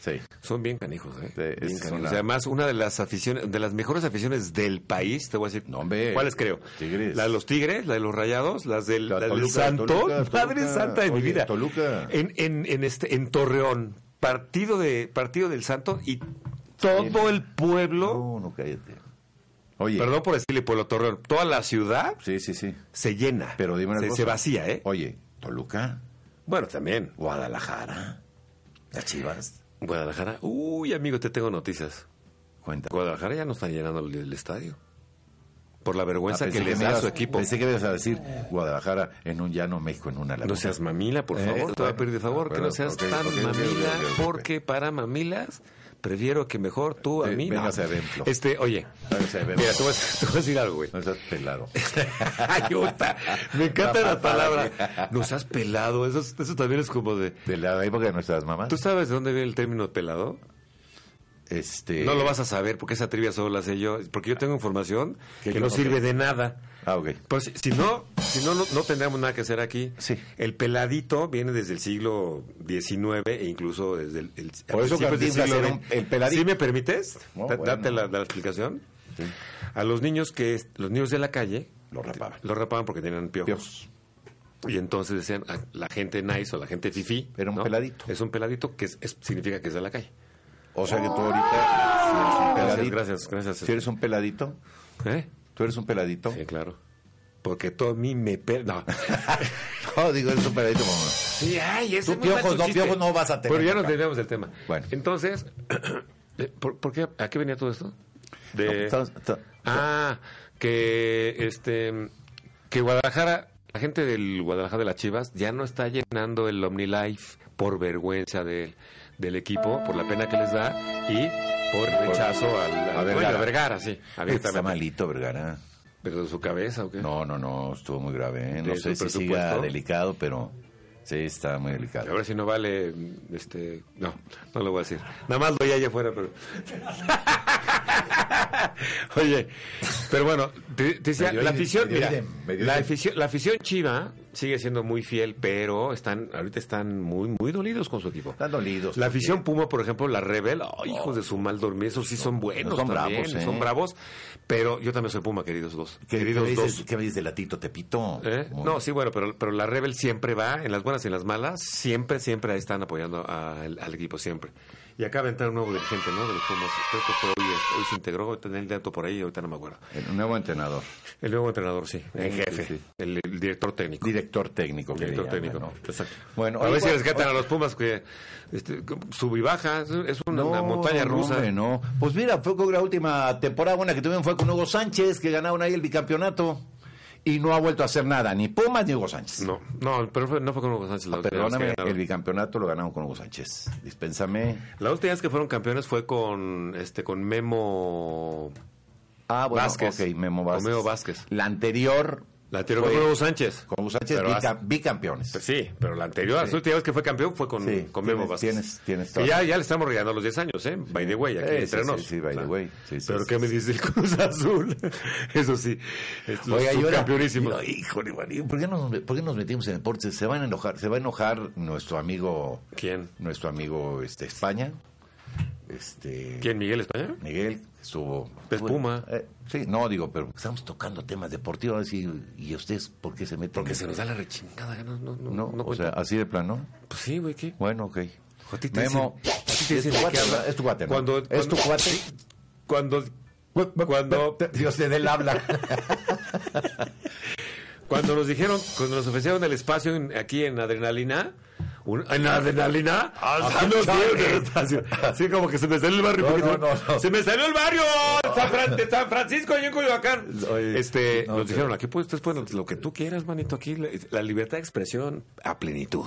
Speaker 1: Sí.
Speaker 2: Son bien canijos, ¿eh?
Speaker 1: Sí,
Speaker 2: Bien
Speaker 1: esa es
Speaker 2: canijos.
Speaker 1: una-
Speaker 2: Y Además, una de las aficiones, de las mejores aficiones del país, te voy a decir.
Speaker 1: No, hombre.
Speaker 2: ¿Cuáles creo?
Speaker 1: Tigres.
Speaker 2: La de los Tigres, la de los Rayados, las del,
Speaker 1: La
Speaker 2: la del
Speaker 1: Toluca,
Speaker 2: Santo.
Speaker 1: Toluca, Toluca.
Speaker 2: Madre Santa de mi
Speaker 1: Oye,
Speaker 2: vida.
Speaker 1: Toluca.
Speaker 2: En, en, en, este, en Torreón, partido, de, partido del Santo y todo el pueblo.
Speaker 1: No, no, cállate. Oye.
Speaker 2: Perdón por decirle pueblo Torreón. Toda la ciudad
Speaker 1: Sí, sí, sí.
Speaker 2: se llena.
Speaker 1: Pero dime una
Speaker 2: se,
Speaker 1: cosa.
Speaker 2: se vacía, ¿eh?
Speaker 1: Oye, Toluca,
Speaker 2: Bueno, también.
Speaker 1: Guadalajara, las Chivas.
Speaker 2: Guadalajara. Uy, amigo, te tengo noticias.
Speaker 1: Cuenta.
Speaker 2: Guadalajara ya no está llenando el, el estadio. Por la vergüenza
Speaker 1: Ah,
Speaker 2: que
Speaker 1: pensé
Speaker 2: les
Speaker 1: me
Speaker 2: da a
Speaker 1: ibas-
Speaker 2: su equipo.
Speaker 1: Pensé que ibas a decir Guadalajara en un llano, México en una laguna.
Speaker 2: No seas mamila, por
Speaker 1: Eh,
Speaker 2: favor. te voy a
Speaker 1: bueno,
Speaker 2: pedir de favor
Speaker 1: ah,
Speaker 2: que no
Speaker 1: perdón,
Speaker 2: seas
Speaker 1: ok, ok,
Speaker 2: tan
Speaker 1: ok, ok,
Speaker 2: mamila,
Speaker 1: ok, ok.
Speaker 2: porque para mamilas prefiero que mejor tú a
Speaker 1: Eh,
Speaker 2: mí.
Speaker 1: véngase adentro.
Speaker 2: Este, oye,
Speaker 1: Véngase adentro.
Speaker 2: mira, te voy, a, te voy a decir algo, güey.
Speaker 1: No seas pelado.
Speaker 2: Ay, puta, Me encanta
Speaker 1: La
Speaker 2: la palabra. No seas pelado. Eso, es- eso también es como de.
Speaker 1: De la época de nuestras mamás.
Speaker 2: ¿Tú sabes de dónde viene el término pelado?
Speaker 1: Este...
Speaker 2: No lo vas a saber porque esa trivia solo la sé yo, porque yo tengo información
Speaker 1: Que
Speaker 2: que,
Speaker 1: yo-
Speaker 2: no
Speaker 1: ok.
Speaker 2: sirve de nada.
Speaker 1: Ah, ok.
Speaker 2: Pues si- si no, si no, no, no tendríamos nada que hacer aquí.
Speaker 1: Sí.
Speaker 2: El peladito viene desde el siglo XIX e incluso desde el... el- a
Speaker 1: Por eso
Speaker 2: principios del
Speaker 1: Cantinflas
Speaker 2: siglo
Speaker 1: era un-
Speaker 2: XX.
Speaker 1: el peladito. Pues,
Speaker 2: ¿Sí me permites?
Speaker 1: No,
Speaker 2: Da-
Speaker 1: bueno.
Speaker 2: Date la, la explicación. A los niños que... Los niños de la calle...
Speaker 1: Lo rapaban.
Speaker 2: Lo rapaban porque tenían piojos.
Speaker 1: Dios.
Speaker 2: Y entonces decían, ah, la gente nice o la gente fifí.
Speaker 1: Era un
Speaker 2: ¿no?
Speaker 1: peladito.
Speaker 2: Es un peladito que es- es- significa que es de la calle.
Speaker 1: O sea que tú ahorita, si eres un peladito,
Speaker 2: Gracias, gracias.
Speaker 1: si eres un peladito,
Speaker 2: ¿Eh?
Speaker 1: tú eres un peladito.
Speaker 2: Sí, claro. Porque todo a mí me per... No.
Speaker 1: No, digo, eres un peladito. mamá.
Speaker 2: sí, ay, ese
Speaker 1: Tú
Speaker 2: es muy mal
Speaker 1: piojos,
Speaker 2: tu
Speaker 1: no,
Speaker 2: chiste.
Speaker 1: piojos no vas a tener,
Speaker 2: Pero ya nos
Speaker 1: papá.
Speaker 2: teníamos el tema.
Speaker 1: Bueno.
Speaker 2: Entonces, eh, ¿por, por qué, ¿a qué venía todo esto?
Speaker 1: No,
Speaker 2: De...
Speaker 1: estamos- está-
Speaker 2: Ah, que este que Guadalajara, la gente del Guadalajara de las Chivas ya no está llenando el OmniLife por vergüenza del, del equipo, por la pena que les da y por rechazo al, al-
Speaker 1: a Vergara.
Speaker 2: bueno, a Vergara, sí,
Speaker 1: Está
Speaker 2: abiertamente.
Speaker 1: malito, Vergara.
Speaker 2: Pero de su cabeza o qué?
Speaker 1: No, no, no, estuvo muy grave. ¿eh? No sé
Speaker 2: ¿De su
Speaker 1: si siga
Speaker 2: presupuesto?
Speaker 1: delicado, pero sí está muy delicado.
Speaker 2: Ahora si no vale, mm, este, no, no lo voy a decir. Nada más lo oí allá afuera, pero. Oye, pero bueno, te, te decía,
Speaker 1: Me dio
Speaker 2: la
Speaker 1: idem,
Speaker 2: afición,
Speaker 1: me dio
Speaker 2: mira,
Speaker 1: idem, me dio
Speaker 2: la
Speaker 1: idem.
Speaker 2: afición, la afición chiva sigue siendo muy fiel, pero están, ahorita están muy, muy dolidos con su equipo.
Speaker 1: Están dolidos.
Speaker 2: La afición Puma, por ejemplo, la Rebel, ay, hijos de su mal dormir, esos sí son buenos,
Speaker 1: son
Speaker 2: son
Speaker 1: bravos,
Speaker 2: bravos,
Speaker 1: ¿eh?
Speaker 2: son bravos, pero yo también soy Puma, queridos dos.
Speaker 1: ¿Qué, qué,
Speaker 2: queridos
Speaker 1: me dices,
Speaker 2: dos.
Speaker 1: ¿Qué me dices de Latito Tepito?
Speaker 2: ¿Eh?
Speaker 1: Muy-
Speaker 2: No, sí, bueno, pero, pero la Rebel siempre va, en las buenas y en las malas, siempre, siempre ahí están apoyando al, al equipo, siempre. Y acaba de entrar un nuevo dirigente, ¿no? De los Pumas. Creo que fue hoy, hoy se integró, tenía el dato por ahí, ahorita no me acuerdo.
Speaker 1: El nuevo entrenador,
Speaker 2: El nuevo entrenador, sí, el
Speaker 1: Sí,
Speaker 2: jefe,
Speaker 1: sí.
Speaker 2: El, el director técnico.
Speaker 1: director técnico. que le
Speaker 2: Director
Speaker 1: llaman,
Speaker 2: técnico.
Speaker 1: ¿no?
Speaker 2: Exacto.
Speaker 1: Bueno,
Speaker 2: a
Speaker 1: hoy-
Speaker 2: ver si
Speaker 1: hoy-
Speaker 2: rescatan a los Pumas que este, sub y baja, es es una,
Speaker 1: No,
Speaker 2: una montaña
Speaker 1: no,
Speaker 2: rusa.
Speaker 1: hombre, no. Pues mira, fue con la última temporada buena que tuvieron fue con Hugo Sánchez, que ganaron ahí el bicampeonato. Y no ha vuelto a hacer nada, ni Pumas ni Hugo Sánchez. Ah,
Speaker 2: No, no, pero fue- no fue con Hugo Sánchez la última vez que
Speaker 1: Perdóname,
Speaker 2: ganaron.
Speaker 1: el bicampeonato lo ganaron con Hugo Sánchez. Dispénsame.
Speaker 2: La última vez que fueron campeones fue con este con Memo
Speaker 1: Ah, bueno,
Speaker 2: Vázquez.
Speaker 1: ok, Memo Vázquez.
Speaker 2: Romeo Vázquez.
Speaker 1: La anterior
Speaker 2: La anterior fue con Hugo Sánchez.
Speaker 1: Con Hugo Sánchez,
Speaker 2: Pero
Speaker 1: bicam-
Speaker 2: hace-
Speaker 1: bicampeones.
Speaker 2: Pues sí, pero la anterior,
Speaker 1: Sí.
Speaker 2: la última vez que fue campeón fue con,
Speaker 1: Sí,
Speaker 2: con Memo
Speaker 1: tienes-
Speaker 2: Vázquez.
Speaker 1: tienes- tienes
Speaker 2: Que
Speaker 1: toda
Speaker 2: ya,
Speaker 1: la-
Speaker 2: ya le estamos regalando los 10 años, ¿eh? By the way, aquí
Speaker 1: Eh, sí,
Speaker 2: entre nos.
Speaker 1: sí, sí, by the
Speaker 2: Claro.
Speaker 1: way. Sí, sí,
Speaker 2: pero
Speaker 1: sí,
Speaker 2: ¿qué me dice el Cruz Azul? Eso sí, es los
Speaker 1: Oiga, y ahora-
Speaker 2: subcampeonísimos.
Speaker 1: No, híjole, Mario, ¿por qué, nos, ¿por qué nos metimos en deportes? Se van a enojar, se va a enojar nuestro amigo,
Speaker 2: ¿Quién?
Speaker 1: nuestro amigo este, España, este
Speaker 2: ¿Quién, Miguel España?
Speaker 1: Miguel, que estuvo
Speaker 2: Pues, Puma.
Speaker 1: Eh, sí, no digo, pero estamos tocando temas deportivos y, y ustedes por qué se meten.
Speaker 2: Porque
Speaker 1: en-
Speaker 2: se nos da la rechingada. No, no, no,
Speaker 1: no,
Speaker 2: no
Speaker 1: o sea,
Speaker 2: cuenta.
Speaker 1: así de plano.
Speaker 2: pues sí, güey, ¿qué?
Speaker 1: Bueno, ok.
Speaker 2: A ti te
Speaker 1: Memo,
Speaker 2: dicen- a ti te
Speaker 1: es
Speaker 2: dicen
Speaker 1: tu
Speaker 2: de
Speaker 1: cuate,
Speaker 2: qué hablar.
Speaker 1: ¿verdad? es tu cuate. ¿no?
Speaker 2: Cuando-
Speaker 1: es tu
Speaker 2: cuando-
Speaker 1: cuate.
Speaker 2: Cuando, cuando,
Speaker 1: Dios te dé el habla.
Speaker 2: cuando nos dijeron, cuando nos ofrecieron el espacio en- aquí en Adrenalina, un- en Adrenalina,
Speaker 1: Ah,
Speaker 2: aquí nos dieron el espacio. Así como que se me salió el barrio.
Speaker 1: No,
Speaker 2: porque
Speaker 1: no,
Speaker 2: se-
Speaker 1: no, no.
Speaker 2: Se me salió el barrio San Fran- de San Francisco y en Coyoacán.
Speaker 1: Oye,
Speaker 2: este,
Speaker 1: no,
Speaker 2: nos
Speaker 1: pero-
Speaker 2: dijeron, aquí puedes, ustedes pueden lo que tú quieras, manito, aquí la, la libertad de expresión a plenitud.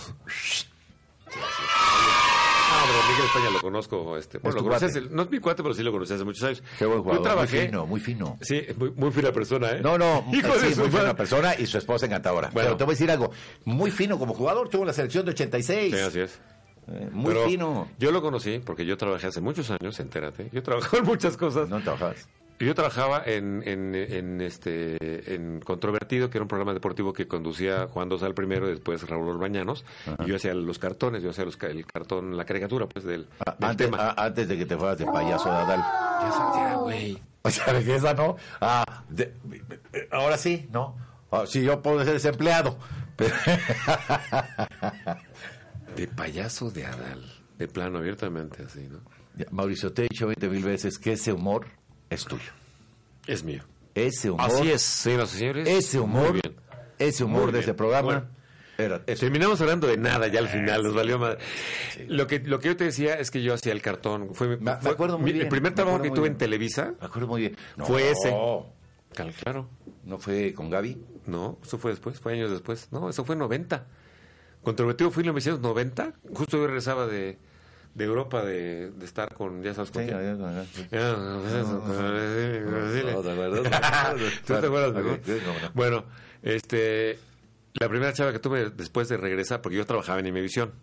Speaker 2: Ah, pero Miguel España lo conozco, este, bueno,
Speaker 1: tu
Speaker 2: lo conocí
Speaker 1: cuate.
Speaker 2: hace- no es mi cuate, pero sí lo conocí hace muchos años.
Speaker 1: Qué buen jugador.
Speaker 2: Yo trabajé,
Speaker 1: Muy fino, muy fino.
Speaker 2: Sí, muy, muy fina persona, ¿eh?
Speaker 1: No, no,
Speaker 2: Hijo
Speaker 1: sí,
Speaker 2: de su
Speaker 1: muy
Speaker 2: madre.
Speaker 1: buena persona y su esposa encantadora.
Speaker 2: Bueno.
Speaker 1: Pero te voy a decir algo, muy fino como jugador, tuvo la selección de 86.
Speaker 2: Sí, así es.
Speaker 1: Eh, muy
Speaker 2: Pero
Speaker 1: fino.
Speaker 2: Yo lo conocí porque yo trabajé hace muchos años, entérate. Yo trabajaba en muchas cosas.
Speaker 1: No trabajas.
Speaker 2: Yo trabajaba en, en, en, este, en Controvertido, que era un programa deportivo que conducía Juan Dosal primero y después Raúl Orbañanos. Y yo hacía los cartones, yo hacía los ca- el cartón, la caricatura, pues, del,
Speaker 1: Ah,
Speaker 2: del
Speaker 1: antes,
Speaker 2: tema.
Speaker 1: ah, antes de que te fueras de payaso Dadal.
Speaker 2: Ya sabía, güey.
Speaker 1: O sea, de que esa no. Ah, de- eh, ahora sí, ¿no? Ah, sí, yo puedo ser desempleado. Pero-
Speaker 2: De payaso de Adal. De plano, abiertamente, así, ¿no?
Speaker 1: Ya, Mauricio, te he dicho 20 mil veces que ese humor es tuyo.
Speaker 2: Es mío.
Speaker 1: Ese humor.
Speaker 2: señoras y señores.
Speaker 1: Ese humor.
Speaker 2: Muy bien.
Speaker 1: Ese humor
Speaker 2: Muy
Speaker 1: de
Speaker 2: bien.
Speaker 1: ese programa.
Speaker 2: Bueno.
Speaker 1: Era, eh, eso.
Speaker 2: Terminamos hablando de nada ya al final, nos valió madre. Lo que, lo que yo te decía es que yo hacía el cartón. Fue, mi-
Speaker 1: Me- me
Speaker 2: fue
Speaker 1: acuerdo muy
Speaker 2: mi-
Speaker 1: bien,
Speaker 2: El primer
Speaker 1: me
Speaker 2: trabajo
Speaker 1: acuerdo
Speaker 2: que
Speaker 1: muy
Speaker 2: tuve
Speaker 1: bien.
Speaker 2: en Televisa
Speaker 1: Me acuerdo muy bien. No,
Speaker 2: fue ese. Cal- Claro.
Speaker 1: ¿No fue con Gaby?
Speaker 2: No, eso fue después, fue años después. No, eso fue en 90. Controvertido fue en 1990. Justo yo regresaba de, de Europa de, de estar con, ya sabes con quién. Ah,
Speaker 1: no,
Speaker 2: ¿te
Speaker 1: de verdad, no.
Speaker 2: ¿Tú te acuerdas?
Speaker 1: Ok,
Speaker 2: no?
Speaker 1: sí, cómo no.
Speaker 2: Bueno, este, la primera chava que tuve después de regresar, porque yo trabajaba en Imevisión,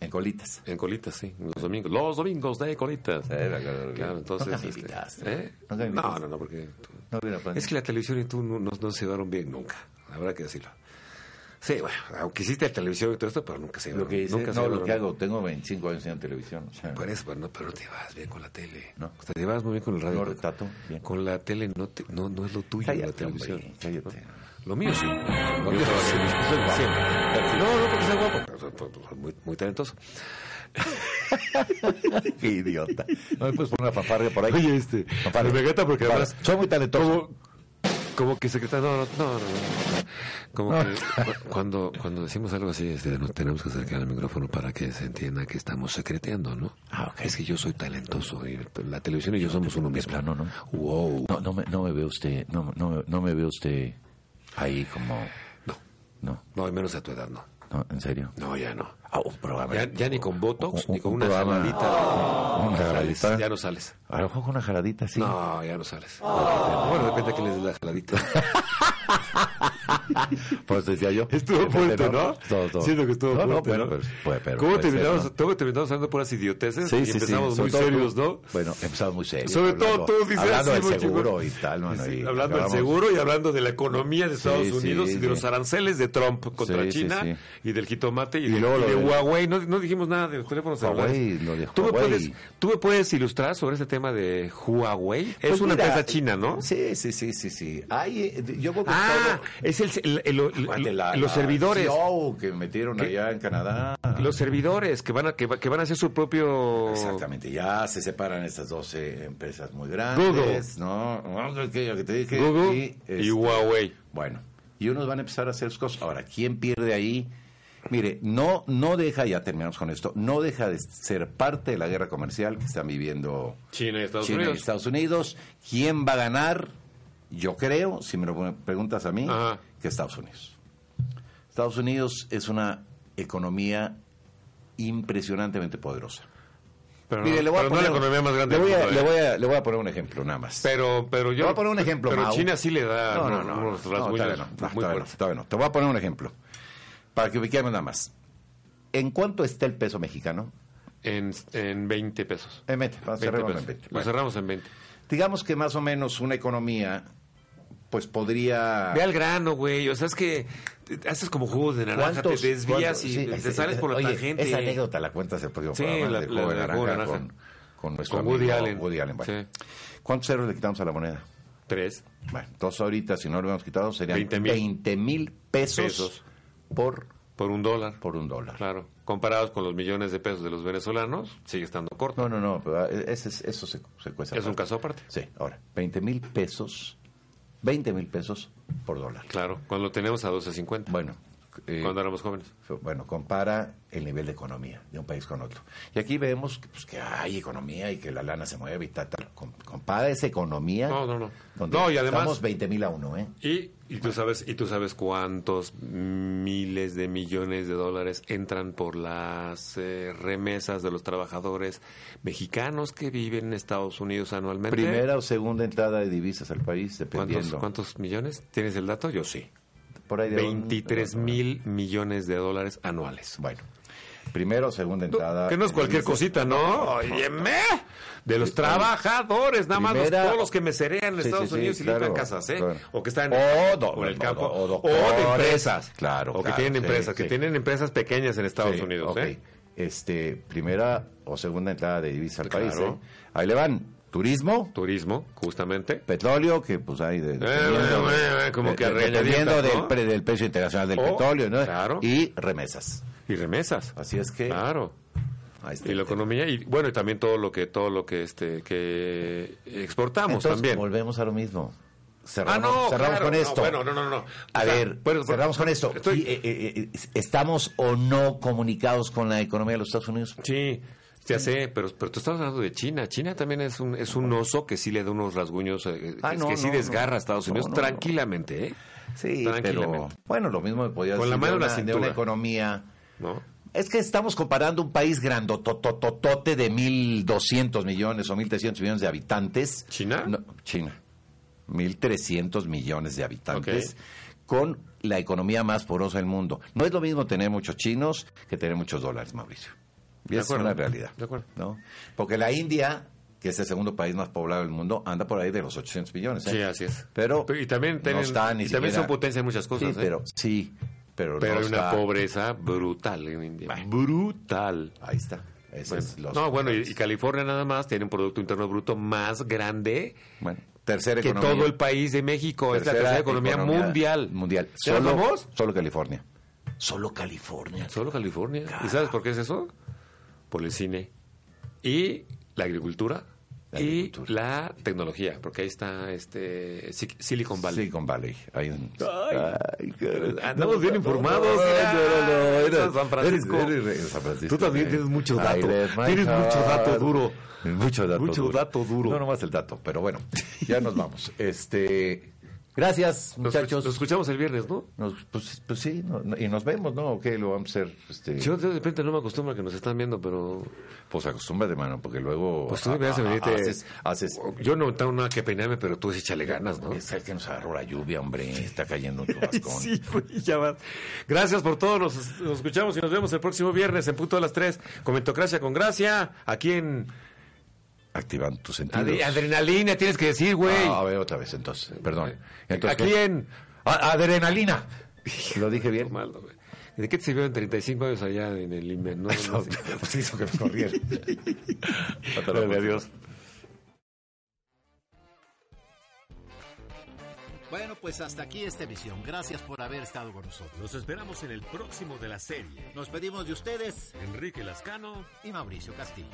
Speaker 1: En colitas.
Speaker 2: en Colitas, sí, los domingos, los domingos Eh, de Colitas. Claro, entonces.
Speaker 1: Nunca me
Speaker 2: este,
Speaker 1: invitaste.
Speaker 2: ¿eh?
Speaker 1: Nunca me
Speaker 2: No,
Speaker 1: invitaste.
Speaker 2: no, no, porque. tú-
Speaker 1: No hubiera plan.
Speaker 2: Es que la televisión y tú no, no- no se llevaron bien nunca, habrá que decirlo. Sí, bueno, aunque hiciste televisión y todo esto, pero nunca se
Speaker 1: Lo
Speaker 2: llevaron.
Speaker 1: que hice-
Speaker 2: nunca se
Speaker 1: no, lo
Speaker 2: llevaron
Speaker 1: que hago, tengo 25 años en televisión. o sea,
Speaker 2: por eso, bueno, pero no te vas bien con la tele.
Speaker 1: No.
Speaker 2: O sea, te vas muy bien con el radio.
Speaker 1: No, Tato, bien.
Speaker 2: Con la tele no, te- no, no es lo tuyo
Speaker 1: Cállate,
Speaker 2: la televisión.
Speaker 1: hombre, cállate.
Speaker 2: ¿no? Lo mío sí. Lo mío sí. Sí. No, no, porque sea guapo. Pero, pero, pero, Muy, muy talentoso.
Speaker 1: Qué idiota. No me puedes poner una fanfarria por ahí.
Speaker 2: Oye, este,
Speaker 1: Fanfarria.
Speaker 2: me encanta porque
Speaker 1: Para-
Speaker 2: además-
Speaker 1: Soy muy talentoso.
Speaker 2: Como que secretario. No, no, no. no, no. Como que cu- cuando, cuando decimos algo así, este, nos tenemos que acercar al micrófono para que se entienda que estamos secreteando, ¿no?
Speaker 1: Ah, ok.
Speaker 2: Es que yo soy talentoso. Y la televisión y yo somos uno mismo.
Speaker 1: plano, ¿no?
Speaker 2: Wow.
Speaker 1: No, no me, no me ve usted, no, no, me- no me ve usted ahí como...
Speaker 2: No,
Speaker 1: No,
Speaker 2: no, y menos a tu edad, no.
Speaker 1: no, en serio.
Speaker 2: No, ya no.
Speaker 1: Ah, un programa.
Speaker 2: Ya, ya ni con Botox,
Speaker 1: Un-
Speaker 2: ni con
Speaker 1: un
Speaker 2: una
Speaker 1: programa.
Speaker 2: jaladita.
Speaker 1: Una
Speaker 2: Sales,
Speaker 1: jaladita.
Speaker 2: Ya no sales.
Speaker 1: A lo mejor con una jaladita, sí.
Speaker 2: No, ya no sales. Bueno, depende de que le des la jaladita.
Speaker 1: Pues decía yo. pues,
Speaker 2: Estuvo fuerte, ¿no?
Speaker 1: Todo, todo.
Speaker 2: Siento que estuvo
Speaker 1: No, no,
Speaker 2: fuerte,
Speaker 1: pero-
Speaker 2: ¿no?
Speaker 1: pero- pero- pero pues, eh,
Speaker 2: ¿Cómo
Speaker 1: puede ser,
Speaker 2: terminamos,
Speaker 1: ¿no?
Speaker 2: cómo terminamos hablando puras idioteces?
Speaker 1: Sí,
Speaker 2: y
Speaker 1: sí, sí.
Speaker 2: empezamos
Speaker 1: Sobre
Speaker 2: muy
Speaker 1: todo
Speaker 2: serios,
Speaker 1: tú-
Speaker 2: ¿no?
Speaker 1: Bueno, empezamos muy serios.
Speaker 2: Sobre todo
Speaker 1: hablando-
Speaker 2: tú dices
Speaker 1: Hablando
Speaker 2: así,
Speaker 1: del
Speaker 2: muy
Speaker 1: seguro
Speaker 2: chingón.
Speaker 1: y tal, mano.
Speaker 2: Sí,
Speaker 1: y
Speaker 2: hablando del
Speaker 1: acabamos-
Speaker 2: seguro y hablando de la economía de Estados
Speaker 1: Sí, sí,
Speaker 2: Unidos y de
Speaker 1: sí.
Speaker 2: los aranceles de Trump contra
Speaker 1: Sí, sí,
Speaker 2: China
Speaker 1: sí.
Speaker 2: y del jitomate y,
Speaker 1: Y
Speaker 2: de,
Speaker 1: luego
Speaker 2: y
Speaker 1: lo
Speaker 2: de
Speaker 1: de-
Speaker 2: Huawei. No, no dijimos nada de los teléfonos
Speaker 1: Huawei,
Speaker 2: celulares.
Speaker 1: lo de
Speaker 2: ¿Tú me,
Speaker 1: Huawei.
Speaker 2: puedes, ¿Tú me puedes ilustrar sobre este tema de Huawei? Es
Speaker 1: Pues
Speaker 2: una
Speaker 1: mira,
Speaker 2: empresa china, ¿no?
Speaker 1: Sí, sí, sí, sí, sí. Ay, eh, yo voy con
Speaker 2: Ah,
Speaker 1: todo-
Speaker 2: es el, el- el- el-
Speaker 1: Aguante, la-
Speaker 2: los
Speaker 1: la
Speaker 2: servidores.
Speaker 1: CEO que metieron allá en Canadá.
Speaker 2: Los servidores que van a, que, va- que van a hacer su propio.
Speaker 1: Exactamente, ya se separan estas 12 empresas muy grandes,
Speaker 2: Google.
Speaker 1: ¿no? Vamos a aquello que te dije.
Speaker 2: Google
Speaker 1: y,
Speaker 2: y,
Speaker 1: este,
Speaker 2: Huawei.
Speaker 1: Bueno, y unos van a empezar a hacer sus cosas. Ahora, ¿quién pierde ahí? Mire, no, no deja, ya terminamos con esto, no deja de ser parte de la guerra comercial que están viviendo
Speaker 2: China y Estados
Speaker 1: China
Speaker 2: Unidos.
Speaker 1: y Estados Unidos. ¿Quién va a ganar? Yo creo, si me lo preguntas a mí,
Speaker 2: Ajá.
Speaker 1: que Estados Unidos. Estados Unidos es una economía impresionantemente poderosa.
Speaker 2: Pero
Speaker 1: Mire,
Speaker 2: no-
Speaker 1: le voy a
Speaker 2: pero no
Speaker 1: poner
Speaker 2: la economía más grande
Speaker 1: le
Speaker 2: del
Speaker 1: voy a-
Speaker 2: mundo,
Speaker 1: le
Speaker 2: ¿eh?
Speaker 1: voy a- le voy a poner un ejemplo nada más.
Speaker 2: Pero, pero yo.
Speaker 1: Te voy a poner un ejemplo,
Speaker 2: Pero
Speaker 1: Mao.
Speaker 2: China sí le da
Speaker 1: No, no,
Speaker 2: unos-
Speaker 1: no. no,
Speaker 2: unos rasguños
Speaker 1: todavía no, no,
Speaker 2: muy
Speaker 1: todavía no,
Speaker 2: fuertes.
Speaker 1: todavía no. Te voy a poner un ejemplo. Para que ubiquemos nada más. ¿En cuánto está el peso mexicano? Eh,
Speaker 2: En, en 20 pesos.
Speaker 1: En 20, vamos a
Speaker 2: 20
Speaker 1: cerrarlo en
Speaker 2: pesos.
Speaker 1: 20.
Speaker 2: Lo
Speaker 1: Bueno.
Speaker 2: cerramos en 20.
Speaker 1: Digamos que más o menos una economía, pues podría...
Speaker 2: Ve al grano, güey. O sea, es que te- haces como jugos de naranja, te desvías
Speaker 1: cuántos-
Speaker 2: y
Speaker 1: sí,
Speaker 2: te
Speaker 1: ese-
Speaker 2: sales por la
Speaker 1: oye,
Speaker 2: tangente.
Speaker 1: Esa anécdota la cuentas el próximo
Speaker 2: Sí,
Speaker 1: programa
Speaker 2: la-
Speaker 1: del
Speaker 2: la-
Speaker 1: juego de
Speaker 2: la-
Speaker 1: naranja,
Speaker 2: juego de naranja.
Speaker 1: Con, con nuestro
Speaker 2: Con Woody
Speaker 1: amigo
Speaker 2: Allen.
Speaker 1: Woody Allen, bueno.
Speaker 2: Sí.
Speaker 1: ¿Cuántos euros le quitamos a la moneda?
Speaker 2: Tres.
Speaker 1: Bueno, entonces ahorita, si no lo hubiéramos quitado, serían
Speaker 2: 20 mil.
Speaker 1: 20 mil pesos,
Speaker 2: Pesos.
Speaker 1: Por,
Speaker 2: Por un dólar.
Speaker 1: por un dólar.
Speaker 2: Claro. Comparados con los millones de pesos de los venezolanos, sigue estando corto.
Speaker 1: No, no, no, pero, eh, ese es- eso se, se cuesta.
Speaker 2: es un
Speaker 1: aparte.
Speaker 2: caso aparte.
Speaker 1: Sí, ahora, 20 mil pesos, 20 mil pesos por dólar.
Speaker 2: Claro. Cuando lo tenemos a 12.50.
Speaker 1: Bueno, eh,
Speaker 2: cuando éramos jóvenes.
Speaker 1: bueno, compara el nivel de economía de un país con otro. Y aquí vemos que, pues, que hay economía y que la lana se mueve y tal, tal. Com- Compara esa economía.
Speaker 2: No, no, no.
Speaker 1: ¿Eh? Donde
Speaker 2: No, y además-
Speaker 1: estamos 20 mil a uno, ¿eh?
Speaker 2: Y, y tú sabes y tú sabes cuántos miles de millones de dólares entran por las eh, remesas de los trabajadores mexicanos que viven en Estados Unidos anualmente.
Speaker 1: Primera o segunda entrada de divisas al país,
Speaker 2: ¿Cuántos,
Speaker 1: dependiendo.
Speaker 2: ¿Cuántos millones? ¿Tienes el dato? Yo sí.
Speaker 1: Por ahí de un-
Speaker 2: 23 mil millones de dólares anuales.
Speaker 1: Bueno, primero o segunda
Speaker 2: No,
Speaker 1: entrada.
Speaker 2: que no es
Speaker 1: de
Speaker 2: cualquier
Speaker 1: divisas.
Speaker 2: cosita, ¿no? Óyeme. De los trabajadores, nada más los-
Speaker 1: Primera-
Speaker 2: todos los que meserean en
Speaker 1: Sí,
Speaker 2: Estados
Speaker 1: sí, sí,
Speaker 2: Unidos y
Speaker 1: claro,
Speaker 2: limpian casas, ¿eh?
Speaker 1: claro.
Speaker 2: O que están
Speaker 1: O do-
Speaker 2: por el
Speaker 1: o
Speaker 2: campo.
Speaker 1: do- o
Speaker 2: de
Speaker 1: doctores.
Speaker 2: empresas.
Speaker 1: Claro,
Speaker 2: O que
Speaker 1: claro,
Speaker 2: tienen
Speaker 1: sí,
Speaker 2: empresas, que
Speaker 1: sí.
Speaker 2: tienen empresas pequeñas en Estados
Speaker 1: Sí,
Speaker 2: Unidos,
Speaker 1: ok.
Speaker 2: ¿eh?
Speaker 1: Este, primera o segunda entrada de divisas al país,
Speaker 2: Claro.
Speaker 1: ¿eh? Ahí le van. Turismo,
Speaker 2: Turismo, justamente.
Speaker 1: petróleo, que pues hay de, dependiendo,
Speaker 2: eh, eh, como
Speaker 1: de-
Speaker 2: que
Speaker 1: de-
Speaker 2: regañadientes,
Speaker 1: dependiendo del,
Speaker 2: ¿no?
Speaker 1: pre- del precio internacional del
Speaker 2: Oh,
Speaker 1: petróleo, ¿no?
Speaker 2: claro.
Speaker 1: Y remesas.
Speaker 2: Y remesas.
Speaker 1: Así es que
Speaker 2: Claro.
Speaker 1: ahí está
Speaker 2: Y
Speaker 1: el tema.
Speaker 2: la economía y bueno, y también todo lo que todo lo que este que exportamos
Speaker 1: Entonces,
Speaker 2: también.
Speaker 1: volvemos a lo mismo. Cerramos,
Speaker 2: Ah, no,
Speaker 1: cerramos
Speaker 2: claro,
Speaker 1: con
Speaker 2: no,
Speaker 1: esto.
Speaker 2: bueno, no, no, no.
Speaker 1: A
Speaker 2: O sea,
Speaker 1: ver,
Speaker 2: bueno, por-
Speaker 1: cerramos con esto.
Speaker 2: estoy-
Speaker 1: Y, eh, eh, eh, ¿Estamos o no comunicados con la economía de los Estados Unidos?
Speaker 2: Sí, ya sé, pero, pero tú estás hablando de China. China también es un, es un oso que sí le da unos rasguños, eh,
Speaker 1: Ah,
Speaker 2: que,
Speaker 1: no,
Speaker 2: que sí
Speaker 1: no,
Speaker 2: desgarra
Speaker 1: no.
Speaker 2: a Estados
Speaker 1: No,
Speaker 2: Unidos
Speaker 1: no, no.
Speaker 2: tranquilamente, ¿eh?
Speaker 1: Sí, pero
Speaker 2: Tranquilamente.
Speaker 1: bueno, lo mismo me podía
Speaker 2: Con
Speaker 1: decir
Speaker 2: la mano
Speaker 1: de,
Speaker 2: en la
Speaker 1: una, de una
Speaker 2: cintura.
Speaker 1: economía.
Speaker 2: ¿No?
Speaker 1: Es que estamos comparando un país grandotototote de 1.200 millones o 1.300 millones de habitantes.
Speaker 2: ¿China?
Speaker 1: No, China. 1.300 millones de habitantes con la economía más porosa del mundo. No es lo mismo tener muchos chinos que tener muchos dólares, Mauricio. Y
Speaker 2: De
Speaker 1: es
Speaker 2: acuerdo,
Speaker 1: una realidad.
Speaker 2: de acuerdo.
Speaker 1: ¿no? Porque la India, que es el segundo país más poblado del mundo, anda por ahí de los 800 millones. ¿eh?
Speaker 2: Sí, así es.
Speaker 1: Pero
Speaker 2: y también,
Speaker 1: no
Speaker 2: tienen-
Speaker 1: está ni
Speaker 2: y también
Speaker 1: siquiera-
Speaker 2: son potencia en muchas cosas,
Speaker 1: Sí,
Speaker 2: ¿eh?
Speaker 1: pero, sí, pero,
Speaker 2: Pero
Speaker 1: no
Speaker 2: hay una
Speaker 1: está-
Speaker 2: pobreza brutal en India. Brutal.
Speaker 1: Ahí está. Ese es pues, los-
Speaker 2: No, bueno, y, y California nada más tiene un Producto Interno Bruto más grande
Speaker 1: Bueno, tercera
Speaker 2: que
Speaker 1: economía.
Speaker 2: todo el país de México. es la
Speaker 1: Tercera
Speaker 2: tercera economía, mundial.
Speaker 1: Mundial.
Speaker 2: ¿Ya nos
Speaker 1: Solo,
Speaker 2: vamos?
Speaker 1: solo California. Solo California.
Speaker 2: Solo California. ¿Y sabes por qué es eso? Por el cine. Y la agricultura.
Speaker 1: La
Speaker 2: y
Speaker 1: agricultura.
Speaker 2: la tecnología. Porque ahí está este Sil- Silicon Valley.
Speaker 1: Silicon Valley. Ahí en-
Speaker 2: Ay,
Speaker 1: caray.
Speaker 2: andamos bien informados, mira.
Speaker 1: eres-
Speaker 2: San Francisco.
Speaker 1: eres- eres- San Francisco,
Speaker 2: Tú también
Speaker 1: sí.
Speaker 2: tienes mucho
Speaker 1: I
Speaker 2: dato.
Speaker 1: let my
Speaker 2: Tienes mucho
Speaker 1: heart.
Speaker 2: dato duro.
Speaker 1: Mucho dato
Speaker 2: Mucho
Speaker 1: duro.
Speaker 2: dato duro.
Speaker 1: No nomás el dato, pero bueno, ya nos vamos. Este, gracias,
Speaker 2: Nos,
Speaker 1: muchachos.
Speaker 2: escuch- nos escuchamos el viernes, ¿no?
Speaker 1: Nos- pues, pues sí, no- no- y nos vemos, ¿no? ¿O qué? Lo vamos a hacer. Este,
Speaker 2: Yo de repente no me acostumbro a que nos están viendo, pero...
Speaker 1: Pues acostúmbrate, mano, porque luego.
Speaker 2: Pues tú Oh, me
Speaker 1: a-
Speaker 2: vas a
Speaker 1: a-
Speaker 2: venirte...
Speaker 1: Haces. haces
Speaker 2: Yo no tengo nada que peinarme, pero tú sí échale ganas, ¿no?
Speaker 1: es el que nos agarró la lluvia, hombre. Está cayendo un chubascón.
Speaker 2: oh. Sí, güey, ya va. Gracias por todo. Nos, nos escuchamos y nos vemos el próximo viernes en punto de las 3. Comentocracia con gracia. Aquí en
Speaker 1: Activan tus sentidos.
Speaker 2: Adre- Adrenalina, tienes que decir, güey.
Speaker 1: Ah, a ver, otra vez, entonces. Perdón. Entonces,
Speaker 2: Aquí en.
Speaker 1: A- adrenalina. Lo dije bien.
Speaker 2: Malo, güey. ¿De qué te sirvió en 35 años allá en el IME? No, no sé.
Speaker 1: Pues hizo que me corriera. Hasta luego.
Speaker 2: Dale, adiós.
Speaker 3: Bueno, pues hasta aquí esta emisión. Gracias por haber estado con nosotros.
Speaker 4: Los esperamos en el próximo de la serie.
Speaker 3: Nos pedimos de ustedes
Speaker 4: Enrique Lascano.
Speaker 3: y Mauricio Castillo.